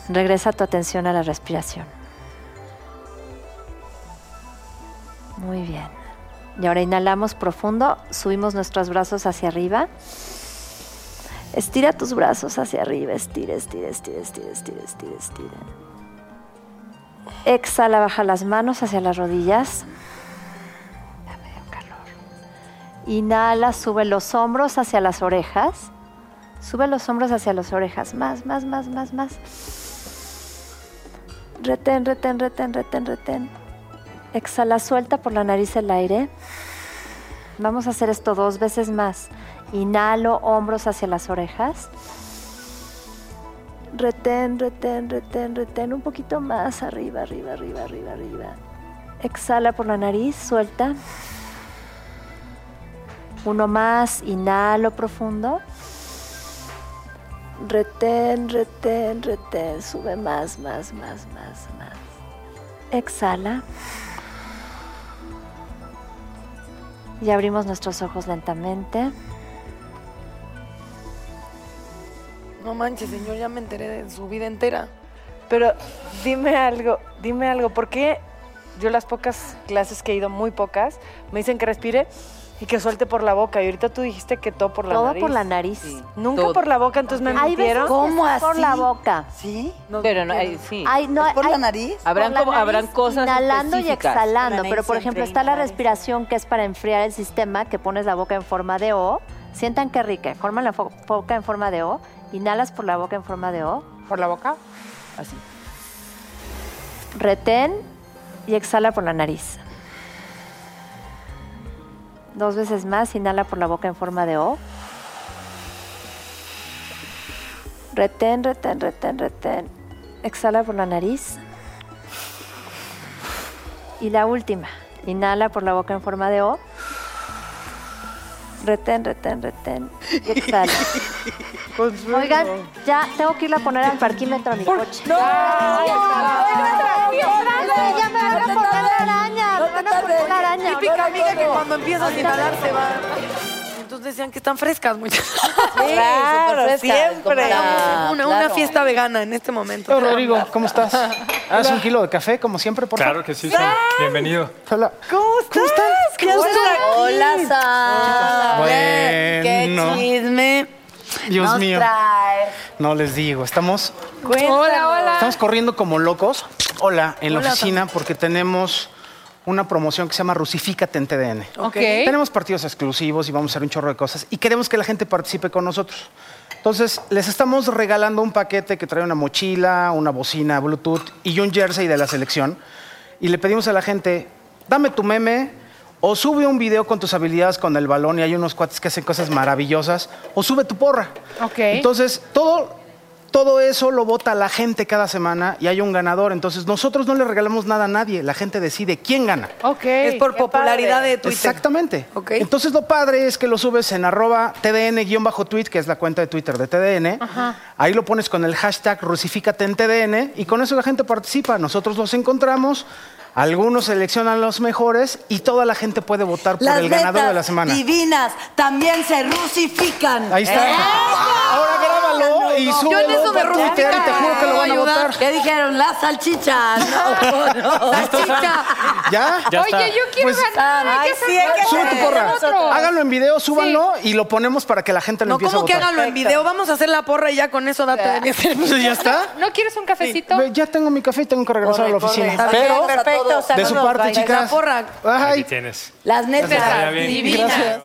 S5: Regresa tu atención a la respiración. Muy bien. Y ahora inhalamos profundo, subimos nuestros brazos hacia arriba. Estira tus brazos hacia arriba, estira, estira, estira, estira, estira, estira, estira. Exhala, baja las manos hacia las rodillas. Inhala, sube los hombros hacia las orejas. Sube los hombros hacia las orejas. Más, más, más, más, más. Retén, retén, retén, retén, retén. Exhala, suelta por la nariz el aire. Vamos a hacer esto dos veces más. Inhalo, hombros hacia las orejas. Retén, retén, retén, retén. Un poquito más. Arriba, arriba, arriba, arriba, arriba. Exhala por la nariz, suelta. Uno más, inhalo profundo. Retén, retén, retén. Sube más, más, más, más, más. Exhala. Y abrimos nuestros ojos lentamente.
S2: No manches, señor, ya me enteré de su vida entera.
S13: Pero dime algo, dime algo, ¿por qué yo las pocas clases que he ido, muy pocas, me dicen que respire y que suelte por la boca? Y ahorita tú dijiste que todo por la
S5: Todo
S13: nariz.
S5: por la nariz.
S13: Nunca por la boca, entonces me
S5: Hay veces
S13: mintieron.
S5: que es por la boca.
S12: ¿Sí?
S7: Pero no, ahí sí.
S5: Ay, no,
S12: ¿Es por
S5: hay-
S12: la nariz?
S7: Habrán
S5: por la
S7: como- habrán
S5: nariz,
S7: cosas
S5: Inhalando
S7: específicas.
S5: y exhalando,
S7: La nariz
S5: pero por ejemplo
S7: entre
S5: está la respiración que es para enfriar el sistema, que pones la boca en forma de O. Sientan que rica, forman la fo- boca en forma de O. Inhalas por la boca en forma de O.
S9: ¿Por la boca?
S7: Así.
S5: Retén y exhala por la nariz. Dos veces más, inhala por la boca en forma de O. Retén, retén, retén, retén. Exhala por la nariz. Y la última, inhala por la boca en forma de O. Retén, retén, retén. Y exhala. Oigan, ya tengo que ir a poner al parquímetro a mi coche. Ya me van a poner la araña, me van a poner la araña.
S2: Típica amiga que cuando empiezas a
S5: Ahorita
S2: inhalar
S5: vengo.
S2: se va. Entonces decían que están frescas muchachas.
S12: claro, frescas, como
S2: siempre.
S12: la-
S2: Estamos en una, una
S12: claro.
S2: fiesta vegana en este momento.
S14: Rodrigo, ¿cómo estás? ¿Haz un kilo de café, como siempre, por
S4: Claro
S14: favor?
S4: que sí, Sam. Bienvenido.
S14: Hola.
S2: ¿Cómo estás?
S14: ¿Qué gusto estar aquí.
S12: Hola, Sara.
S14: Bueno.
S12: Qué chisme.
S14: Dios
S12: nos
S14: mío.
S12: traes.
S14: No les digo, estamos,
S12: Hola,
S14: estamos corriendo como locos. Hola, en la
S12: Hola,
S14: oficina porque tenemos
S9: una promoción que se llama Rusifícate en TDN.
S7: Ok.
S9: Tenemos partidos exclusivos y vamos a hacer un chorro de cosas y queremos que la gente participe con nosotros. Entonces, les estamos regalando un paquete que trae una mochila, una bocina Bluetooth y un jersey de la selección. Y le pedimos a la gente, dame tu meme o sube un video con tus habilidades con el balón y hay unos cuates que hacen cosas maravillosas o sube tu porra.
S7: Ok.
S9: Entonces, todo, todo eso lo vota la gente cada semana y hay un ganador. Entonces, nosotros no le regalamos nada a nadie. La gente decide quién gana.
S7: Ok.
S2: Es por popularidad de Twitter.
S9: Exactamente. Entonces, lo padre es que lo subes en arroba tdn-tweet, que es la cuenta de Twitter de TDN.
S7: Ajá.
S9: Ahí lo pones con el hashtag rusifícate en TDN y con eso la gente participa. Nosotros los encontramos. Algunos seleccionan los mejores y toda la gente puede votar por
S6: Las
S9: el ganador
S6: netas
S9: de la semana.
S6: divinas también se rusifican.
S9: Ahí está.
S12: ¿Eh?
S9: Ahora grábalo y súbelo
S6: Yo en eso me
S9: por Twitter
S6: rusifican.
S9: y te juro que lo van a votar.
S6: ¿Qué dijeron? La salchicha. No, no. Salchicha.
S9: ¿Ya?
S6: Ya Oye, está. yo quiero ganar, hay Ay, que sí, hacer hay que
S9: Pues, Sube tu
S6: hacer
S9: porra.
S6: otro.
S9: Háganlo en video, súbanlo y lo ponemos para que la gente lo
S2: No,
S9: empiece a
S2: como que
S9: votar.
S2: háganlo en video. Vamos a hacer la porra y ya con eso date de mi
S9: Sí, ¿Ya está?
S7: ¿No quieres un cafecito?
S9: Ve, Ya tengo mi café y tengo que regresar a la oficina.
S6: corre.
S9: Pero,
S6: Ok, perfecto, o sea,
S9: de
S6: no
S9: su
S6: nos
S9: parte,
S6: vayas.
S9: chicas.
S6: La porra.
S9: Ay,
S4: tienes.
S6: Las
S2: Neta,
S6: netas
S2: divinas.
S6: divinas.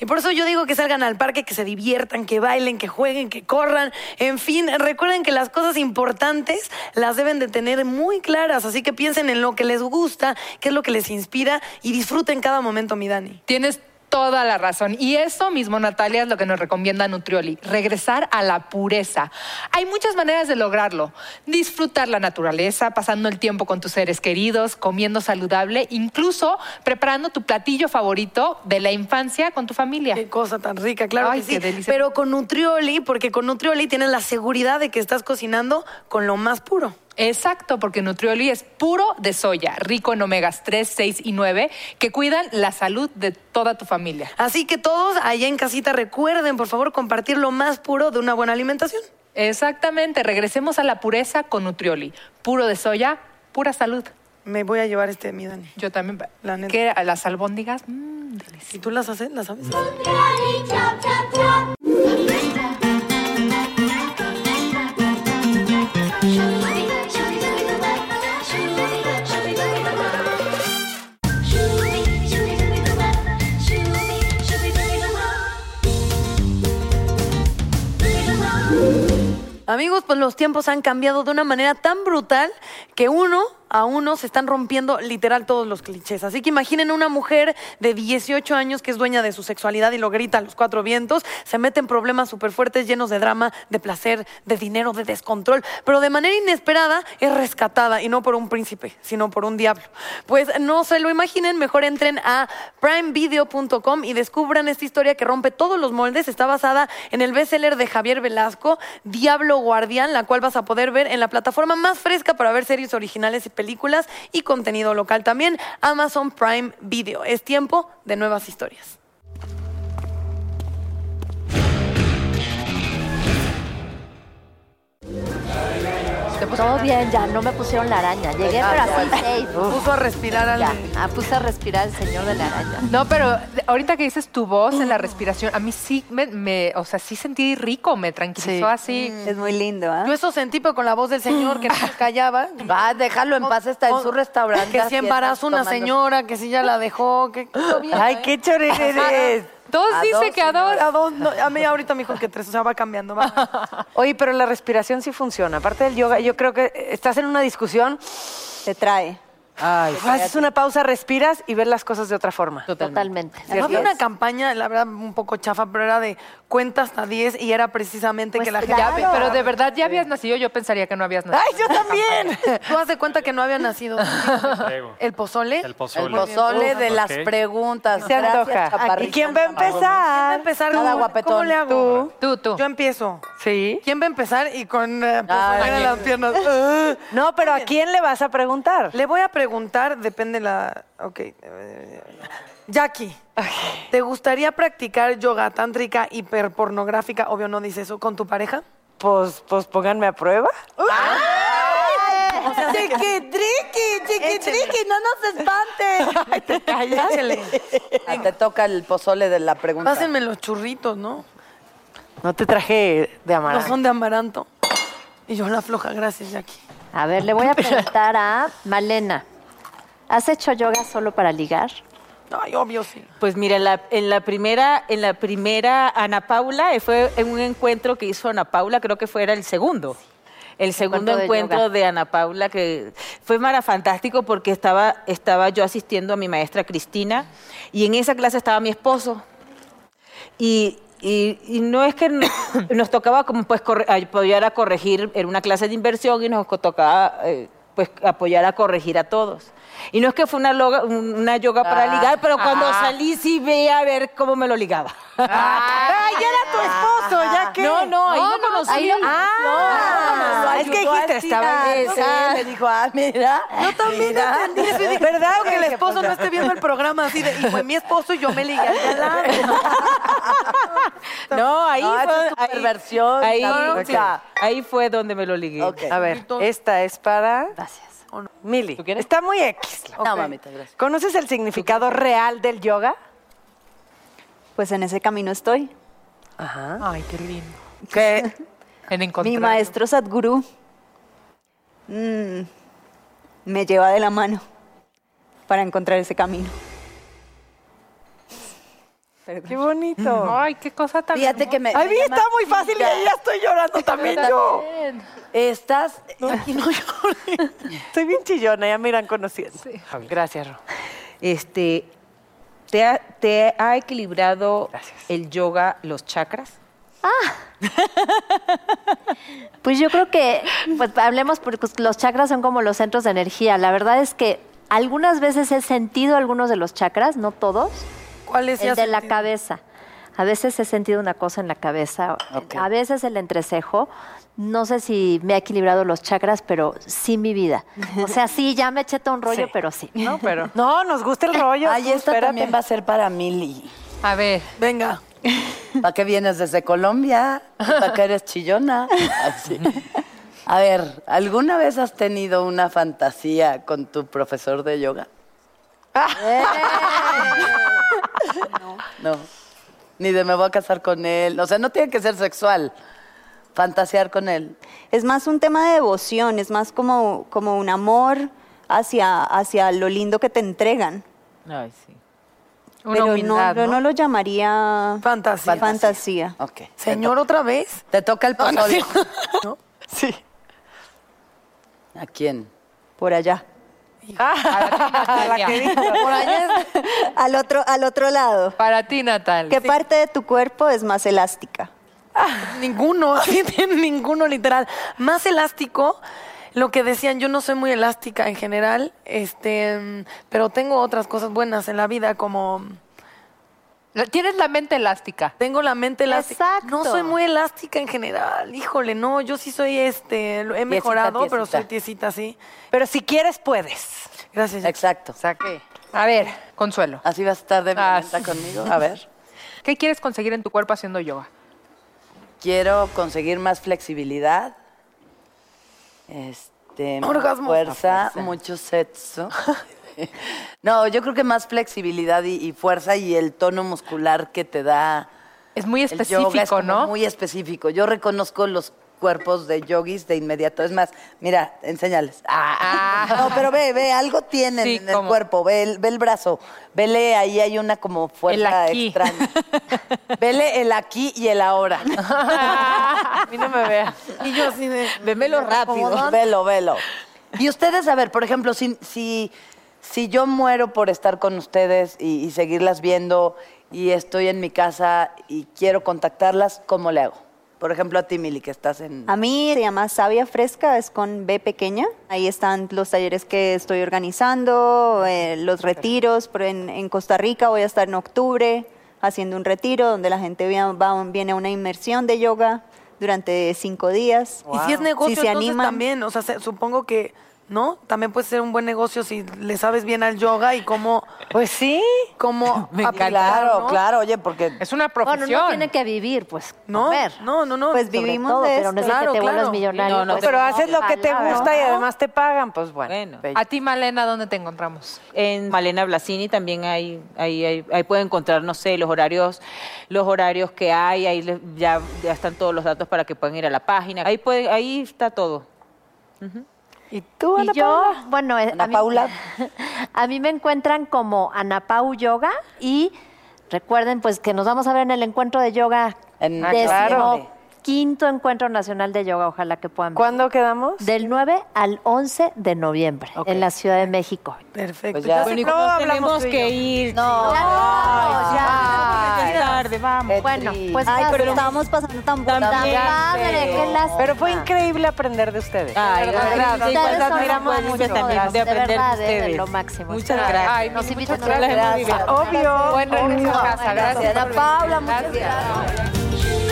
S2: Y por eso yo digo que salgan al parque, que se diviertan, que bailen, que jueguen, que corran. En fin, recuerden que las cosas importantes las deben de tener muy claras. Así que piensen en lo que les gusta, qué es lo que les inspira y disfruten cada momento, mi Dani.
S7: Tienes toda la razón. Y eso mismo, Natalia, es lo que nos recomienda Nutrioli. Regresar a la pureza. Hay muchas maneras de lograrlo. Disfrutar la naturaleza, pasando el tiempo con tus seres queridos, comiendo saludable, incluso preparando tu platillo favorito de la infancia con tu familia.
S2: Qué cosa tan rica, claro
S7: Ay,
S2: que
S7: qué
S2: sí.
S7: delicia.
S2: Pero con Nutrioli, porque con Nutrioli tienes la seguridad de que estás cocinando con lo más puro.
S7: Exacto, porque Nutrioli es puro de soya, rico en omegas 3, 6 y 9, que cuidan la salud de toda tu familia.
S2: Así que todos allá en casita recuerden, por favor, compartir lo más puro de una buena alimentación.
S7: Exactamente, regresemos a la pureza con Nutrioli. Puro de soya, pura salud.
S2: Me voy a llevar este de mi Dani.
S7: Yo también.
S2: La neta.
S7: ¿Qué? A Las albóndigas. mm,
S2: Si tú las haces, las sabes. Amigos, pues los tiempos han cambiado de una manera tan brutal que uno a uno se están rompiendo literal todos los clichés. Así que imaginen una mujer de 18 años que es dueña de su sexualidad y lo grita a los cuatro vientos, se mete en problemas súper fuertes llenos de drama, de placer, de dinero, de descontrol, pero de manera inesperada es rescatada y no por un príncipe, sino por un diablo. Pues no se lo imaginen, mejor entren a primevideo.com ah, y descubran esta historia que rompe todos los moldes. Está basada en el bestseller de Javier Velasco, Diablo Guardián, la cual vas a poder ver en la plataforma más fresca para ver series originales y películas y contenido local también, Amazon Prime Video. Es tiempo de nuevas historias.
S5: Todo bien, ya no me pusieron la araña. Llegué,
S6: Ah,
S5: pero así
S6: bueno.
S5: safe.
S2: Puso a respirar al-
S5: Ya, ah, puse a respirar al señor de la araña.
S7: No, pero ahorita que dices tu voz en la respiración, a mí sí me, me- o sea, sí sentí rico, me tranquilizó así.
S15: Es muy lindo, ¿ah?
S6: Pues,
S2: Yo eso sentí, pero con la voz del señor que no se callaba.
S6: Va, déjalo en paz, está en su restaurante.
S2: Que si
S6: haciendo-
S2: embarazó una
S6: tomando-
S2: señora, que si ya la dejó, que... ¿eh?
S6: Ay, qué chorero eres.
S7: Dos
S6: A
S7: dice
S6: dos,
S7: que a dos.
S2: A dos, no, a mí ahorita me dijo que tres, o sea, va cambiando. va.
S16: Oye, pero la respiración sí funciona. Aparte del yoga, yo creo que eh, estás en una discusión,
S15: Te trae.
S6: Ay,
S16: haces una pausa, respiras y ves las cosas de otra forma.
S5: Totalmente.
S2: No
S5: Así
S2: había una
S5: es.
S2: campaña, la verdad, un poco chafa, pero era de cuenta hasta 10 y era precisamente
S5: Pues
S2: que la
S5: claro.
S2: gente...
S7: Pero de verdad ya habías nacido, yo pensaría que no habías nacido.
S2: ¡Ay, yo también! Tú haz de cuenta que no había nacido. ¿El pozole?
S4: El
S6: El
S4: pozole.
S6: pozole
S4: Uf,
S6: de las
S4: ok.
S6: preguntas.
S16: Se
S6: Gracias, Ah,
S16: antoja.
S6: chaparrito.
S16: ¿Y quién va a empezar?
S2: empezar?
S6: Cada
S2: ¿Cómo-
S6: guapetón.
S2: ¿Cómo le hago?
S7: Tú, tú.
S2: Yo empiezo.
S16: Sí.
S2: ¿Quién va a empezar? Y con eh, pozolera
S6: Ay.
S2: en las piernas. Ah.
S16: No, pero ¿a quién le vas a preguntar?
S2: Le voy a preguntar, depende la... Ok. eh, Jackie, ¿te gustaría practicar yoga tántrica hiperpornográfica? Obvio no dice eso, ¿con tu pareja?
S16: Pues, pues pónganme a prueba.
S6: Chiquitriqui, chiquitriqui, no nos espantes. Ay, te
S2: Échale.
S6: Ah, Te toca el pozole de la pregunta.
S2: Pásenme los churritos, ¿no?
S16: No te traje de
S2: No
S16: amaranto.
S2: son de amaranto. Y yo la floja, gracias, Jackie.
S5: A ver, le voy a preguntar a Malena. ¿Has hecho yoga solo para ligar?
S2: Ay, obvio, sí.
S7: Pues mira, en la, en la primera, en la primera Ana Paula eh, fue en un encuentro que hizo Ana Paula, creo que fue era el segundo. El segundo
S5: Encuentro de
S7: encuentro
S5: yoga.
S7: de Ana Paula que fue mara fantástico porque estaba, estaba yo asistiendo a mi maestra Cristina y en esa clase estaba mi esposo. Y, y- y no es que no- nos tocaba como pues corre- apoyar a corregir, era una clase de inversión y nos co- tocaba eh, pues apoyar a corregir a todos. Y no es que fue una, loga- un- una yoga para
S17: Ah,
S7: ligar, pero cuando
S17: ah.
S7: salí sí ve a ver cómo me lo ligaba.
S17: ¡Ay, era tu esposo! ¿Ya que
S7: Ah. No, no, ahí lo conocí.
S17: Ahí lo
S12: Ah,
S17: conocí.
S12: es que dijiste, estaba
S17: Esa.
S12: Le dijo, ah, mira. Yo también
S2: entendí eso y dije, ¿verdad? O que el esposo no esté viendo el programa así de, y fue mi esposo y yo me ligué al galán.
S7: No, ahí
S2: No, esa
S7: fue
S2: es tu
S7: ahí-
S2: perversión,
S7: Ahí,
S2: cabrón.
S7: sí, ahí fue donde me lo ligué.
S13: A ver, esta es para... Gracias. Mili, está muy X. la-
S12: No, mamita, gracias.
S13: ¿Conoces el significado real del yoga?
S6: Pues en ese camino estoy.
S13: Ajá.
S9: Ay, qué lindo.
S6: Que
S9: En
S6: mi
S9: encontrar-
S6: maestro Sadhguru mm, me lleva de la mano para encontrar ese camino.
S13: Qué bonito.
S9: Ay, qué cosa tan
S12: Fíjate que me.
S13: Ay,
S12: me
S13: vi,
S12: llama
S13: está muy fácil y
S12: Frida.
S13: ahí ya estoy llorando también yo.
S12: Estás.
S13: Estoy bien chillona, ya me irán conociendo. Gracias, Ro.
S7: Este, ¿te ha, te ha equilibrado el yoga los chakras?
S5: Pues yo creo que, pues hablemos, porque los chakras son como los centros de energía. La verdad es que algunas veces he sentido algunos de los chakras, no todos.
S2: ¿Cuál es
S5: El de la cabeza. A veces he sentido una cosa en la cabeza,
S2: Ok.
S5: a veces el entrecejo. No sé si me ha equilibrado los chakras, pero sí mi vida. O sea, sí, ya me eché todo un rollo,
S12: Sí.
S5: pero sí.
S13: No, pero. No, nos gusta el rollo.
S12: Ahí
S13: tú,
S12: esta
S13: espérate.
S12: también va a ser para Mili.
S9: A ver.
S2: Venga.
S12: ¿Para qué vienes desde Colombia? ¿Para qué eres chillona? Así. A ver, ¿alguna vez has tenido una fantasía con tu profesor de yoga? No. Ni de me voy a casar con él. O sea, no tiene que ser sexual. Fantasear con él.
S6: Es más un tema de devoción, es más como, como un amor hacia, hacia lo lindo que te entregan.
S7: Ay, sí.
S6: pero no, yo no lo llamaría
S2: fantasía.
S6: fantasía.
S12: Ok.
S2: Señor, ¿otra vez?
S12: Te toca el
S2: No, no
S12: pozole.
S2: es Sí.
S12: ¿A quién?
S6: Por allá.
S2: Ah,
S13: Por allá es-
S6: al, otro, al otro lado.
S9: Para ti, Natal.
S6: ¿Qué parte de tu cuerpo es más elástica?
S2: Ninguno, así de ninguno literal. Más elástico, lo que decían, yo no soy muy elástica en general, este, mm, pero tengo otras cosas buenas en la vida como
S9: La- Tienes la mente elástica.
S2: tengo la mente elástica.
S9: Exacto.
S2: No soy muy elástica en general. Híjole, no, yo sí soy este, lo he mejorado, pero
S12: tiesita.
S2: soy tiesita sí.
S13: Pero si quieres, puedes.
S2: Gracias.
S12: Exacto.
S9: A ver, Consuelo.
S12: Así vas a estar de
S9: Ah,
S12: violenta
S9: sí.
S12: conmigo. A ver.
S9: ¿Qué quieres conseguir en tu cuerpo haciendo yoga?
S12: Quiero conseguir más flexibilidad. Este, más
S2: Orgasmos.
S12: fuerza,
S2: Ah, fuerza.
S12: mucho sexo. no, yo creo que más flexibilidad y, y fuerza y el tono muscular que te da.
S9: Es muy
S12: el yoga es
S9: específico,
S12: como
S9: ¿no?
S12: Muy específico. Yo reconozco los cuerpos de yogis de inmediato. Es más, mira, enséñales. Ah. No, pero ve, ve, algo tienen
S9: Sí,
S12: en el
S9: ¿cómo?
S12: cuerpo. Ve el, ve el brazo. Vele, ahí hay una como fuerza
S9: aquí.
S12: extraña. Vele el aquí y el ahora.
S13: A mí no me veas.
S2: Y yo así de
S7: Vémelo rápido.
S12: Velo, velo. Y ustedes, a ver, por ejemplo, si, si, si yo muero por estar con ustedes y, y seguirlas viendo y estoy en mi casa y quiero contactarlas, ¿cómo le hago? Por ejemplo, a ti, Mili, que estás en...
S7: Ah,
S6: A mí se llama Sabia Fresca, es con B pequeña. Ahí están los talleres que estoy organizando, eh, los retiros. Pero en, en Costa Rica voy a estar en octubre haciendo un retiro donde la gente vi- va- viene a una inmersión de yoga durante cinco días.
S2: Y si es negocio,
S6: si se
S2: entonces
S6: animan.
S2: también, o sea, se- supongo que, ¿no? También puede ser un buen negocio si le sabes bien al yoga y cómo...
S13: Pues sí.
S2: cómo aplicar,
S12: Claro,
S2: ¿no?
S12: claro, oye, porque...
S9: Es una
S5: Bueno,
S9: profesión.
S5: no tiene que vivir, pues.
S2: No,
S5: comer.
S2: no, no, no.
S6: Pues
S5: sobre
S6: vivimos
S5: todo,
S6: de
S5: pero no es de
S6: esto.
S5: que
S2: Claro,
S5: te vuelvas
S2: claro.
S5: millonario.
S7: No, no,
S5: pues,
S13: Pero haces lo que te
S5: ojalá,
S13: gusta y
S5: ¿no?
S13: además te pagan, pues bueno.
S7: Bueno.
S13: Bello.
S9: A ti, Malena, ¿dónde te encontramos?
S7: En Malena Blasini también hay, ahí, ahí, ahí pueden encontrar, no sé, los horarios, los horarios que hay, ahí les- ya, ya están todos los datos para que puedan ir a la página. Ahí pueden, ahí está todo.
S5: ¿Y
S18: tú, Ana
S5: yo,
S18: Paula?
S5: Bueno, eh,
S18: Ana
S5: a mí,
S18: Paula.
S5: A mí me encuentran como Ana Pau Yoga y recuerden pues que nos vamos a ver en el encuentro de yoga.
S19: En,
S18: Ah, claro.
S5: Quinto encuentro nacional de yoga, ojalá que puedan.
S7: ¿Cuándo quedamos?
S5: Del 9 al 11 de noviembre en la Ciudad de México.
S18: Perfecto.
S5: Pues ya. Bueno, ¿y cómo tenemos que
S20: ir.
S5: No,
S20: ya.
S5: ya.
S20: Ya tarde, vamos.
S5: Bueno, pues
S20: Ay,
S5: vas-
S20: pero
S21: estábamos pasando tan
S5: tan padre, qué lástima.
S7: Pero fue increíble aprender de ustedes.
S5: Ay,
S7: De verdad,
S5: gracias.
S7: nos
S5: Ustedes son lo
S7: admiramos
S5: máximo,
S7: mucho.
S5: gracias.
S7: de
S5: De
S7: aprender
S5: verdad,
S7: de
S5: eh, de
S7: ustedes.
S5: lo máximo.
S7: Muchas
S5: Ustedes.
S7: gracias.
S5: Ay, nos invitan a la casa.
S7: Obvio.
S5: Buen regreso a
S7: Obvio.
S5: casa, gracias.
S7: Gracias, Ana Paula,
S5: Gracias.
S7: muchas gracias.